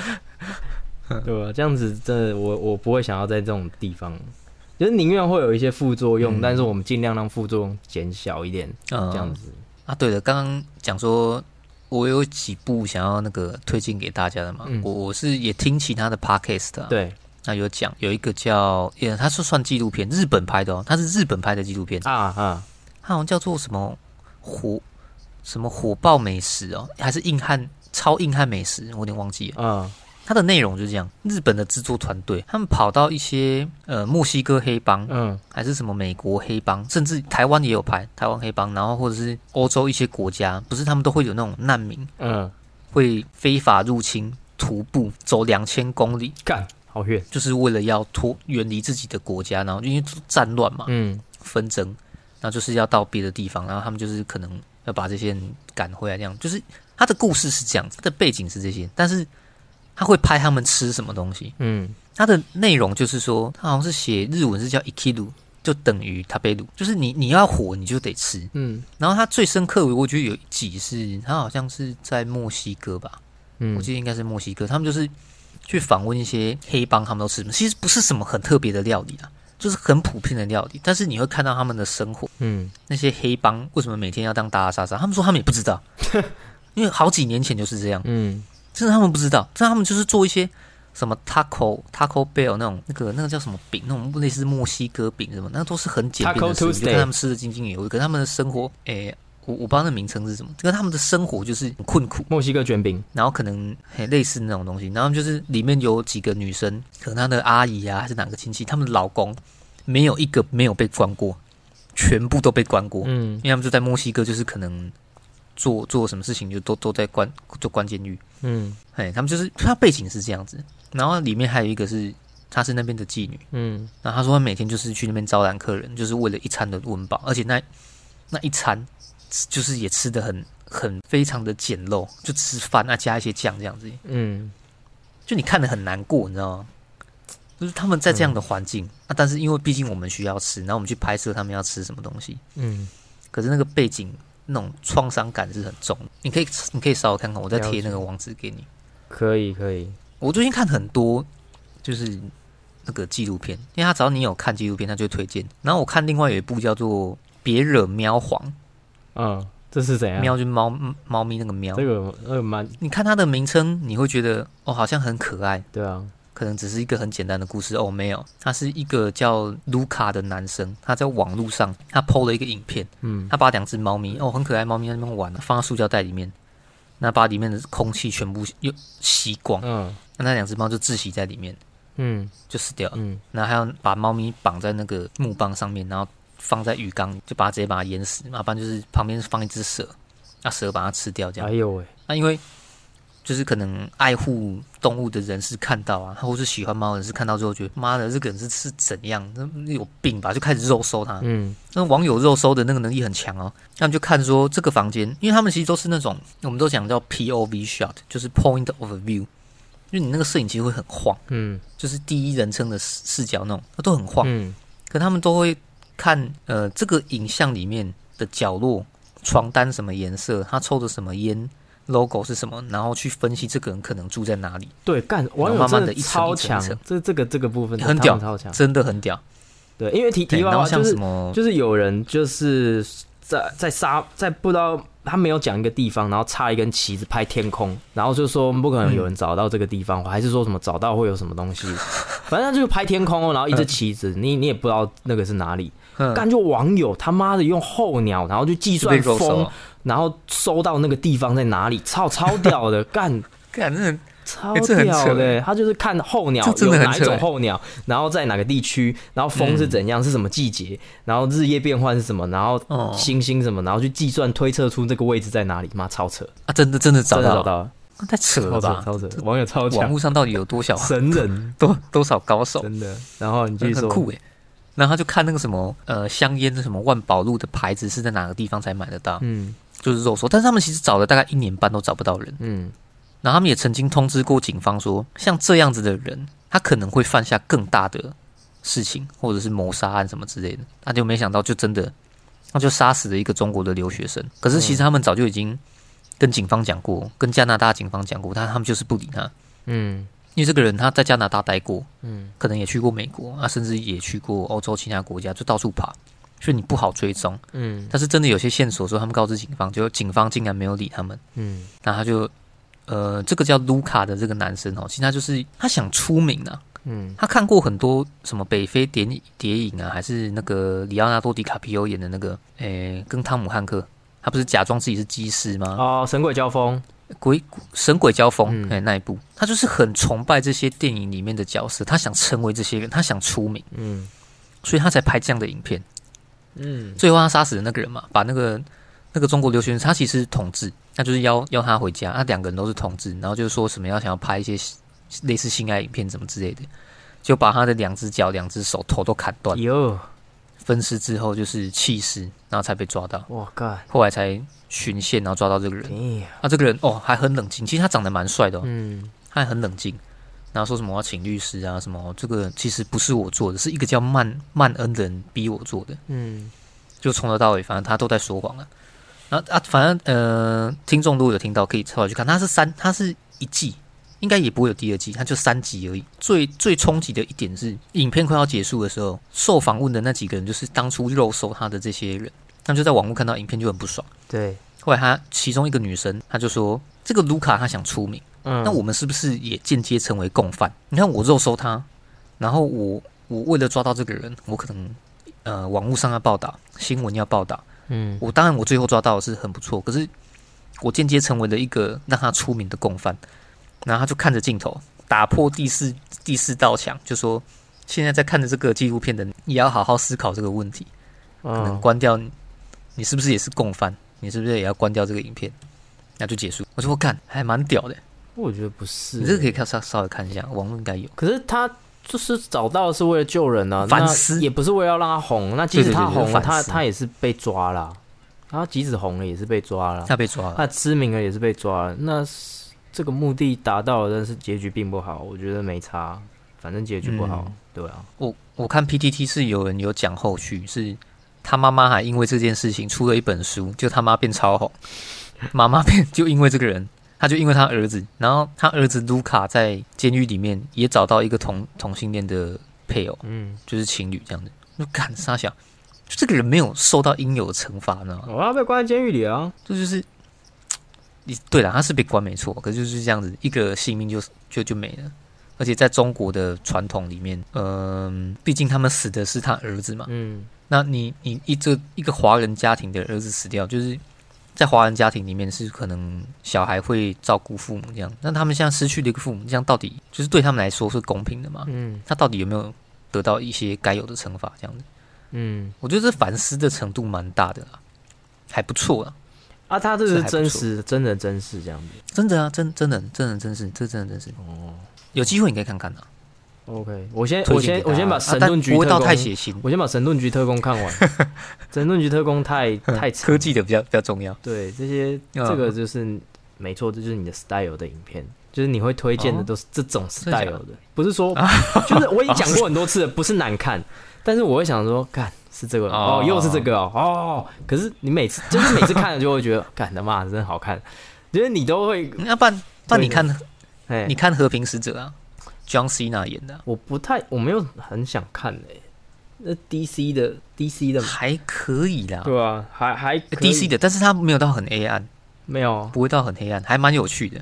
S1: 对啊吧、这样子真的，我我不会想要在这种地方，就是宁愿会有一些副作用，但是我们尽量让副作用减小一点，
S2: 嗯，
S1: 这样子。
S2: 啊，对了，刚刚讲说我有几部想要那个推荐给大家的嘛，
S1: 嗯
S2: 我我是也听其他的 podcast 啊，，
S1: 对
S2: 那有讲有一个叫，也它是算纪录片，日本拍的哦，它是日本拍的纪录片，
S1: 啊啊，
S2: 它好像叫做什么火什么火爆美食哦，还是硬汉超硬汉美食，我有点忘记了。
S1: 嗯
S2: 它的内容就是这样，日本的制作团队他们跑到一些呃墨西哥黑帮，
S1: 嗯
S2: 还是什么美国黑帮，甚至台湾也有拍台湾黑帮，然后或者是欧洲一些国家，不是他们都会有那种难民
S1: 嗯，
S2: 会非法入侵、徒步走两千公里，
S1: 干，好远，
S2: 就是为了要脱远离自己的国家，然后因为战乱嘛，
S1: 嗯
S2: 纷争，然后就是要到别的地方，然后他们就是可能要把这些人赶回来，这样就是他的故事是这样子，他的背景是这些，但是他会拍他们吃什么东西，
S1: 嗯
S2: 它的内容就是说，它好像是写日文是叫 ikiru，就等于 t a b e r u 就是你你要活你就得吃。
S1: 嗯
S2: 然后它最深刻，我觉得有一集是它好像是在墨西哥吧，我
S1: 嗯
S2: 记得应该是墨西哥，他们就是去访问一些黑帮，他们都吃什么？其实不是什么很特别的料理啊，就是很普遍的料理，但是你会看到他们的生活。
S1: 嗯，
S2: 那些黑帮为什么每天要当打打杀杀？他们说他们也不知道， 因为好几年前就是这样。
S1: 嗯
S2: 真的他们不知道，真的他们就是做一些什么 taco taco bell 那种那个那个叫什么饼，那种类似墨西哥饼什么，那都是很简便
S1: Taco
S2: 的食物，就
S1: Tuesday
S2: 看他们吃的津津有味。可是他们的生活，诶、我我不知道那名称是什么，这个他们的生活就是很困苦，
S1: 墨西哥卷饼，
S2: 然后可能很类似那种东西，然后就是里面有几个女生，可能她的阿姨啊，还是哪个亲戚，他们老公没有一个没有被关过，全部都被关过，
S1: 嗯
S2: 因为他们就在墨西哥，就是可能做做什么事情就都都在关就关监狱。
S1: 嗯
S2: 哎，他们就是他背景是这样子，然后里面还有一个是她是那边的妓女，
S1: 嗯
S2: 然后她说她每天就是去那边招揽客人，就是为了一餐的温饱，而且那那一餐就是也吃的很很非常的简陋，就吃饭啊加一些酱这样子，
S1: 嗯
S2: 就你看的很难过，你知道吗？就是他们在这样的环境，那、但是因为毕竟我们需要吃，然后我们去拍摄他们要吃什么东西，
S1: 嗯，
S2: 可是那个背景那种创伤感是很重的，你可以你可以稍微看看，我再
S1: 了
S2: 贴
S1: 解
S2: 那个网址给你。
S1: 可以可以，
S2: 我最近看很多就是那个纪录片，因为他只要你有看纪录片，他就会推荐。然后我看另外有一部叫做《别惹喵皇
S1: 嗯，这是怎》，样？
S2: 喵就是猫嗯猫咪那个喵
S1: 这。个这个蛮
S2: 你看它的名称，你会觉得哦，好像很可爱，
S1: 对啊，
S2: 可能只是一个很简单的故事哦，没有，他是一个叫卢卡的男生，他在网络上他 PO 了一个影片，
S1: 嗯
S2: 他把两只猫咪哦很可爱，猫咪在那边玩，啊放到塑胶袋里面，那把里面的空气全部又吸光，
S1: 嗯
S2: 那那两只猫就窒息在里面，
S1: 嗯
S2: 就死掉了。
S1: 嗯
S2: 然后还要把猫咪绑在那个木棒上面，然后放在鱼缸里，就把它直接把它啊
S1: 哎
S2: 淹死。要不然就是旁边放一只蛇，那蛇把它吃掉这样啊
S1: 哎。呦喂，
S2: 那因为就是可能爱护动物的人士看到啊，或是喜欢猫的人士看到之后，觉得妈的，这个人是是怎样，那有病吧，就开始肉搜他。
S1: 嗯，
S2: 那网友肉搜的那个能力很强哦，他们就看说这个房间，因为他们其实都是那种我们都讲叫 POV shot，就是 point of view，因为你那个摄影机会很晃，
S1: 嗯
S2: 就是第一人称的视视角那种，它都很晃。
S1: 嗯
S2: 可他们都会看呃这个影像里面的角落、床单什么颜色，他抽的什么烟，logo 是什么，然后去分析这个人可能住在哪里，
S1: 对，干网友
S2: 哦慢
S1: 真
S2: 慢地
S1: 的
S2: 一层
S1: 超
S2: 一层
S1: 强
S2: 一层，
S1: 这这个这个部分
S2: 很
S1: 他
S2: 屌
S1: 们超强。
S2: 真的很屌。
S1: 对，因为啊题
S2: 对，
S1: 题外
S2: 然后
S1: 话就
S2: 像什
S1: 是
S2: 么，
S1: 就是有人就是在在沙在不知道他没有讲一个地方，然后插一根旗子拍天空，然后就说不可能有人找到这个地方，还是说什么找到会有什么东西，反正他就拍天空哦，然后一只旗子，你你也不知道那个是哪里，
S2: 嗯
S1: 干就网友他妈的用候鸟，然后去计
S2: 就被
S1: 算
S2: 肉搜
S1: 风
S2: 了，，
S1: 然后收到那个地方在哪里，操超屌 的干。
S2: 干那
S1: 超
S2: 欸这很
S1: 屌
S2: 扯
S1: 的欸，他就是看候鸟
S2: 这真的
S1: 有
S2: 很
S1: 哪一
S2: 扯欸
S1: 种候鸟，然后在哪个地区，然后风是怎样，是什么季节，然后日夜变换是什么，然后
S2: 嗯哦
S1: 星星什么，然后去计算推测出这个位置在哪里，妈超扯，
S2: 啊，真的真的找
S1: 真的找
S2: 到，
S1: 到了，
S2: 那太扯
S1: 超
S2: 了
S1: 扯
S2: 吧？
S1: 超扯，网友超
S2: 网
S1: 强，
S2: 络上到底有多少
S1: 神人，
S2: 多多少高手？
S1: 真的。然后你继续
S2: 很
S1: 说，
S2: 很酷诶。然后他就看那个什么呃香烟的什么万宝路的牌子是在哪个地方才买得到，
S1: 嗯
S2: 就是肉搜。但是他们其实找了大概一年半都找不到人。
S1: 嗯
S2: 然后他们也曾经通知过警方说，像这样子的人，他可能会犯下更大的事情，或者是谋杀案什么之类的。他就没想到，就真的，他就杀死了一个中国的留学生。可是其
S1: 嗯
S2: 实他们早就已经跟警方讲过，跟加拿大警方讲过，但他们就是不理他，
S1: 嗯
S2: 因为这个人他在加拿大待过，
S1: 嗯，
S2: 可能也去过美国啊，甚至也去过欧洲其他国家，就到处爬，所以你不好追踪。
S1: 嗯
S2: 但是真的有些线索说，他们告知警方，就警方竟然没有理他们。
S1: 嗯
S2: 然后他就，呃，这个叫卢卡的这个男生哦，其实他就是他想出名啊，
S1: 嗯
S2: 他看过很多什么北非谍影谍影啊，还是那个里奥纳多·迪卡皮欧演的那个，诶，跟汤姆汉克，他不是假装自己是机师吗？
S1: 哦，神鬼交锋，
S2: 鬼神鬼交锋，
S1: 嗯
S2: 哎、那一部，他就是很崇拜这些电影里面的角色，他想成为这些人，他想出名，
S1: 嗯
S2: 所以他才拍这样的影片。
S1: 嗯
S2: 最后他杀死了那个人嘛，把那个那个中国留学生，他其实是同志，那就是邀邀他回家，那两个人都是同志，然后就是说什么要想要拍一些类似性爱影片什么之类的，就把他的两只脚、两只手、头都砍断，
S1: 哟，
S2: 分尸之后就是弃尸，然后才被抓到，
S1: 我干，
S2: 后来才循线然后抓到这个人，
S1: 哎，
S2: 啊，这个人哦还很冷静，其实他长得蛮帅的、哦，
S1: 嗯
S2: 他还很冷静。然后说什么我要请律师啊，什么这个其实不是我做的，是一个叫曼曼恩的人逼我做的。
S1: 嗯
S2: 就从头到尾，反正他都在说谎啊。然后啊，反正呃，听众如果有听到，可以稍微去看。它是三，它是一季，应该也不会有第二季，它就三集而已。最最冲击的一点是，影片快要结束的时候，受访问的那几个人就是当初肉搜他的这些人，他们就在网络看到影片就很不爽。
S1: 对，
S2: 后来他其中一个女生，她就说：“这个卢卡他想出名，
S1: 嗯
S2: 那我们是不是也间接成为共犯？你看我肉搜他，然后我我为了抓到这个人，我可能呃网络上要报道，新闻要报道。”
S1: 嗯
S2: 我当然我最后抓到的是很不错，可是我间接成为了一个让他出名的共犯。然后他就看着镜头，打破第四第四道墙，就说：“现在在看着这个纪录片的你，也要好好思考这个问题。可能
S1: 嗯
S2: 关掉你，你是不是也是共犯？你是不是也要关掉这个影片？”那就结束。我就我干，还蛮屌的。
S1: 我觉得不是，
S2: 你这个可以看稍稍微看一下，网络应该有。
S1: 可是他就是找到是为了救人啊，
S2: 反
S1: 那
S2: 思
S1: 也不是为了让他红。那即使
S2: 对对对
S1: 他红了，啊
S2: 反
S1: 他
S2: 思
S1: 他也是被抓了，他即使红了也是被抓了，
S2: 他被抓了，
S1: 他知名了也是被抓了。那是这个目的达到了，但是结局并不好，我觉得没差，反正结局不好，
S2: 嗯
S1: 对啊，
S2: 我我看 PTT 是有人有讲后续，是他妈妈还因为这件事情出了一本书，就他妈变超红， 妈妈变就因为这个人，他就因为他儿子，然后他儿子卢卡在监狱里面也找到一个同同性恋的配偶，
S1: 嗯，
S2: 就是情侣这样的，就干傻想，就这个人没有受到应有的惩罚，你知道吗？
S1: 我要被关在监狱里啊，
S2: 这就是你对了，他是被关没错，可是就是这样子，一个性命就就就没了。而且在中国的传统里面，嗯、毕竟他们死的是他儿子嘛。
S1: 嗯
S2: 那你你一这一个华人家庭的儿子死掉，就是在华人家庭里面是可能小孩会照顾父母这样。那他们现在失去了一个父母，这样到底就是对他们来说是公平的吗？
S1: 嗯
S2: 他到底有没有得到一些该有的惩罚？这样子，
S1: 嗯，
S2: 我觉得这反思的程度蛮大的啦，还不错啦。
S1: 啊，他这
S2: 这
S1: 是
S2: 还不
S1: 真
S2: 错
S1: 实真人真事这样子。
S2: 真的啊，真真人真人真事，这真人真事。哦，有机会你可以看看啊。
S1: OK，我先
S2: 推
S1: 我
S2: 荐
S1: 先
S2: 给大家
S1: 我先把
S2: 啊
S1: 神
S2: 但
S1: 盾局特
S2: 不会到
S1: 工，
S2: 太血腥，
S1: 我先把神盾局特工 看完。神盾局特工太太长
S2: 科技的比较比较重要。
S1: 对，这些
S2: 嗯
S1: 这个就是没错，这就是你的 style 的影片，就是你会推荐的
S2: 哦
S1: 都是这种
S2: 真的假
S1: style
S2: 的啊
S1: 的，不是说就是我已经讲过很多次了，不是难看，但是我会想说，看是这个
S2: 哦
S1: 哦，又是这个哦，哦，可是你每次就是每次看了就会觉得， 干他妈的真好看，就是你都会
S2: 那啊不然不然你看
S1: 哎
S2: 你，看《和平使者》啊，John Cena 演的啊、
S1: 我不太我没有很想看诶，那 DC 的 DC 的嘛，
S2: 还可以啦。
S1: 对啊，还还
S2: 呃
S1: 可以
S2: DC 的，但是它没有到很黑暗，
S1: 没有，
S2: 不会到很黑暗，还蛮有趣的。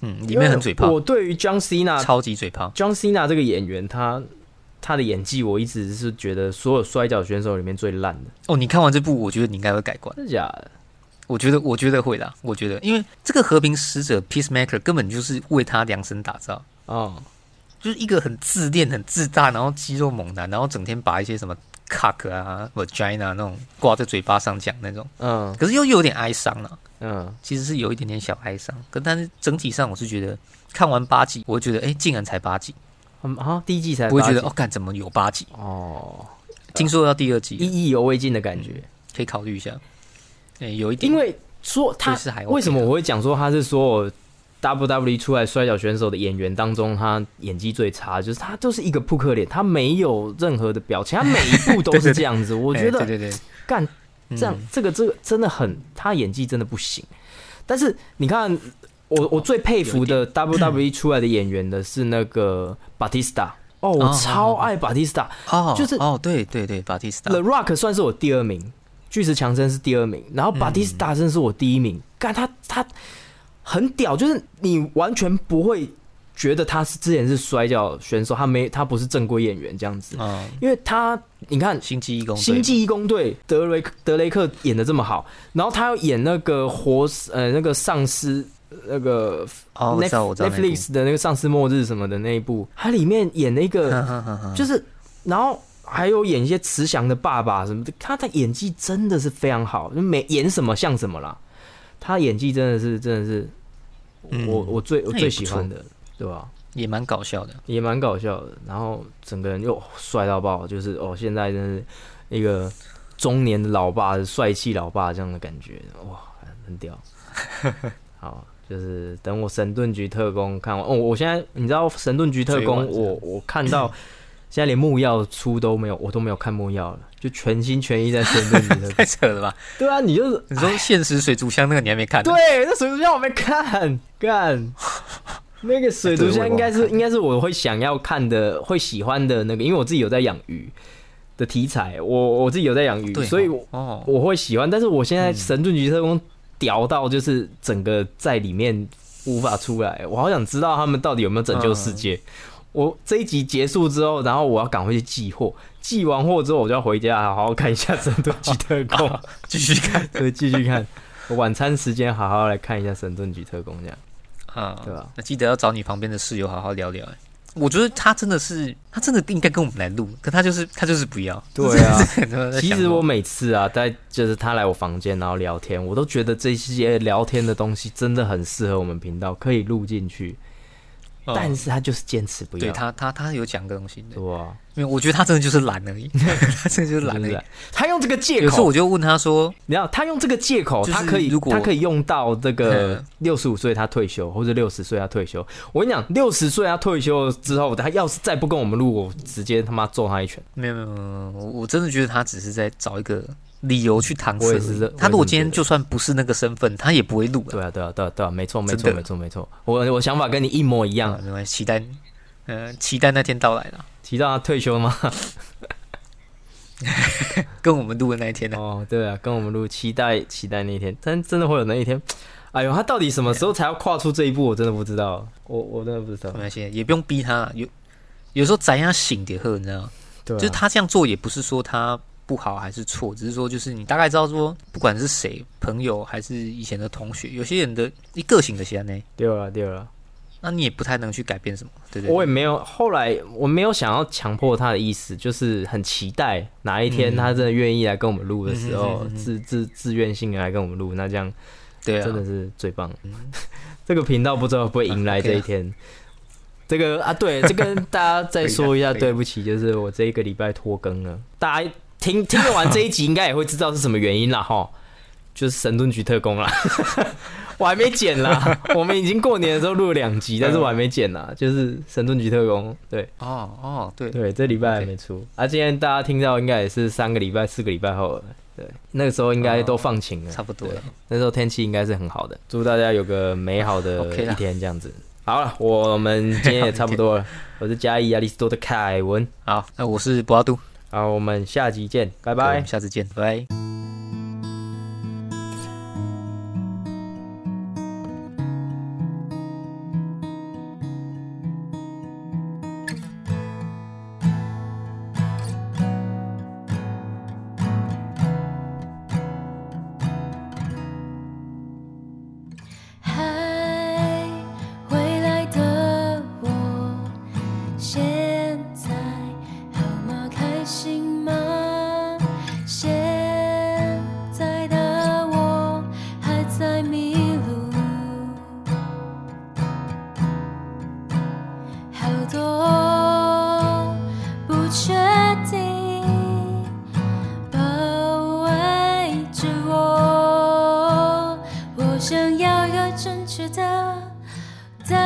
S2: 嗯，里面很嘴
S1: 因为
S2: 炮
S1: 我，对于 John Cena
S2: 超级嘴炮。
S1: John Cena 这个演员，他他的演技我一直是觉得所有摔跤选手里面最烂的，
S2: 哦，你看完这部，我觉得你应该会改观。
S1: 真的假的？
S2: 我觉得，我觉得会啦。我觉得，因为这个和平使者 Peacemaker 根本就是为他量身打造，
S1: 哦，
S2: 就是一个很自恋、很自大，然后肌肉猛男，然后整天把一些什么 cock 啊、vagina 那种挂在嘴巴上讲那种，
S1: 嗯
S2: 可是又又有点哀伤了、
S1: 嗯，
S2: 其实是有一点点小哀伤。啊可但是整体上，我是觉得看完八集，我觉得哎、诶竟然才八集，
S1: 很啊，第一季才
S2: 不会觉
S1: 八
S2: 得
S1: 集
S2: 哦，干怎么有八集？
S1: 哦，
S2: 听说要第二季，
S1: 意意犹未尽的感觉，
S2: 可以考虑一下。哎、有一点，
S1: 因为说他
S2: 这是还 OK 的
S1: 为什么我会讲说他是所有 WWE 出来摔跤选手的演员当中，他演技最差，就是他就是一个扑克脸，他没有任何的表情，他每一步都
S2: 对对
S1: 是
S2: 对
S1: 这样子。我
S2: 哎
S1: 觉得
S2: 对对对，
S1: 干
S2: 嗯
S1: 这样，这个这个真的很，他演技真的不行。但是你看，我我最佩服的 WWE 出来的演员的是那个 Batista，哦，我
S2: 哦
S1: 超爱 Batista。
S2: 哦，
S1: 就是
S2: 哦，对对对，巴蒂斯塔
S1: The Rock 算是我第二名，巨石强森是第二名，然后 Batista 真的是我第一名。干他他很屌，就是你完全不会觉得他是之前是摔跤选手，他没他不是正规演员这样子，
S2: 嗯，
S1: 因为他你看
S2: 星际义工队，
S1: 星际义工队德雷德雷克演的这么好，然后他要演那个活呃那个丧尸呃那个
S2: 哦，我知道，我知道那部
S1: Netflix 的那个丧尸末日什么的那一部，他里面演了一
S2: 哈
S1: 个
S2: 哈哈哈
S1: 就是，然后还有演一些慈祥的爸爸什么的，他的演技真的是非常好，就每演什么像什么啦，他演技真的是真的是
S2: 嗯
S1: 我我最我
S2: 那也
S1: 最
S2: 不
S1: 喜
S2: 错
S1: 欢的，对吧、
S2: 也蛮搞笑的。
S1: 也蛮搞笑的。然后整个人又帅到爆，就是哦，现在真是一个中年的老爸，帅气老爸这样的感觉，哇，很 屌。好，就是等我《神盾局特工》看完哦，我现在你知道《神盾局特
S2: 追完
S1: 工》
S2: 是吧
S1: 我，我看到现在连木曜出都没有，我都没有看木曜了，就全心全意在《神盾局特工》
S2: 太。扯了吧！
S1: 对啊，你就是
S2: 你说现实水族箱那个你还没看？
S1: 对，，那水族箱我没看，干。那个水族箱应该
S2: 对
S1: 是
S2: 我也忘了看
S1: 应该是我会想要看的，会喜欢的那个，因为我自己有在养鱼的题材，我我自己有在养鱼，
S2: 对哦，
S1: 所以我
S2: 哦，
S1: 我会喜欢。但是我现在神盾局特工屌到就是整个在里面无法出来，我好想知道他们到底有没有拯救世界。我这一集结束之后，然后我要赶回去寄货，寄完货之后我就要回家，好好看一下神 盾局特工。
S2: 继续看
S1: 所以继续看。晚餐时间好好来看一下《神盾局特工》这样，
S2: 啊，
S1: 对吧？
S2: 那记得要找你旁边的室友好好聊聊。哎我觉得他真的是，他真的应该跟我们来录，可他就是他就是不要。
S1: 对啊
S2: 真的 在想
S1: 其实我每次啊，在就是他来我房间然后聊天，我都觉得这些聊天的东西真的很适合我们频道，可以录进去。
S2: 嗯
S1: 但是他就是坚持不要，
S2: 对他他他有讲个东西，对
S1: 对吧？
S2: 因为我觉得他真的就是 懒而已，他真的就是懒
S1: 就
S2: 而
S1: 是
S2: 已
S1: 懒。他用这个借
S2: 有时候
S1: 口
S2: 我，就问他说，
S1: 你知道，他用这个借口，
S2: 就是
S1: 他可以
S2: 如，果
S1: 他可以用到这个
S2: 嗯
S1: 六十五岁他退休，或者六十岁他退休。我跟你讲，六十岁他退休之后，他要是再不跟我们录，我直接他妈揍他一拳。
S2: 没有没有没有没有，我我真的觉得他只是在找一个理由去搪塞
S1: 我
S2: 而
S1: 也是这
S2: 已。他如
S1: 我
S2: 果
S1: 也是
S2: 今天
S1: 觉得
S2: 就算不是那个身份，他也不会录了。
S1: 对啊，对啊，对啊，对啊，没错，没错，
S2: 真的
S1: 没错，没错。我我想法跟你一模一
S2: 啊
S1: 样，。
S2: 没关系，期待，呃，期待那天到来了，
S1: 提到他退休 吗？
S2: 跟我们录的那一天呢、
S1: 哦，对啊，跟我们录，期待期待那一天，但真的会有那一天。哎呦，他到底什么时候才要跨出这一步？我真的不知道，我我真的不知道
S2: 没。关系，也不用逼他啦有有时候咱要醒点喝，你知道吗？
S1: 对、啊，
S2: 就是他这样做也不是说他不好还是错，只是说就是你大概知道说，不管是谁，朋友还是以前的同学，有些人的一个性的些呢，
S1: 丢了丢了。
S2: 那你也不太能去改变什么，对不对？
S1: 我也没有，后来我没有想要强迫他的意思，就是很期待哪一
S2: 嗯
S1: 天他真的愿意来跟我们录的时候，自自自愿性的来跟我们录，那这样
S2: 对啊，
S1: 真的是最棒。 这个频道不知道会不会迎来这一 天。这个啊， 对，这跟大家再说一下，
S2: 可以的可以
S1: 对不起，就是我这一个礼拜拖更了。大家听听得完这一集，应该也会知道是什么原因啦，哈，就是神盾局特工啦。 我还没剪 啦，我们已经过年的时候录了两集，但是我还没剪啦，就是神盾局特工。对
S2: 哦哦，对，
S1: 对，这礼拜还
S2: OK
S1: 没出。啊，今天大家听到应该也是三个礼拜、四个礼拜后了。对，那个时候应该都放晴了，
S2: 差不多
S1: 对
S2: 了。
S1: 那时候天气应该是很好的，祝大家有个美好的
S2: OK 啦
S1: 一天，这样子。好了，我们今天也差不 多了。我是嘉义亚里士多的凯文，
S2: 好，那我是博阿杜，
S1: 好，我们下集见，拜
S2: 我
S1: 拜
S2: 们。下次见，拜拜。
S3: 嗨，未来的我，现在好吗？开心吗？现在的我还在迷路，好多不确定包围着我。我想要一个正确的答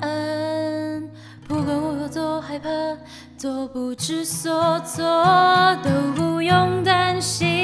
S3: 案，不管我有多害怕，多不知所措，都不用担心。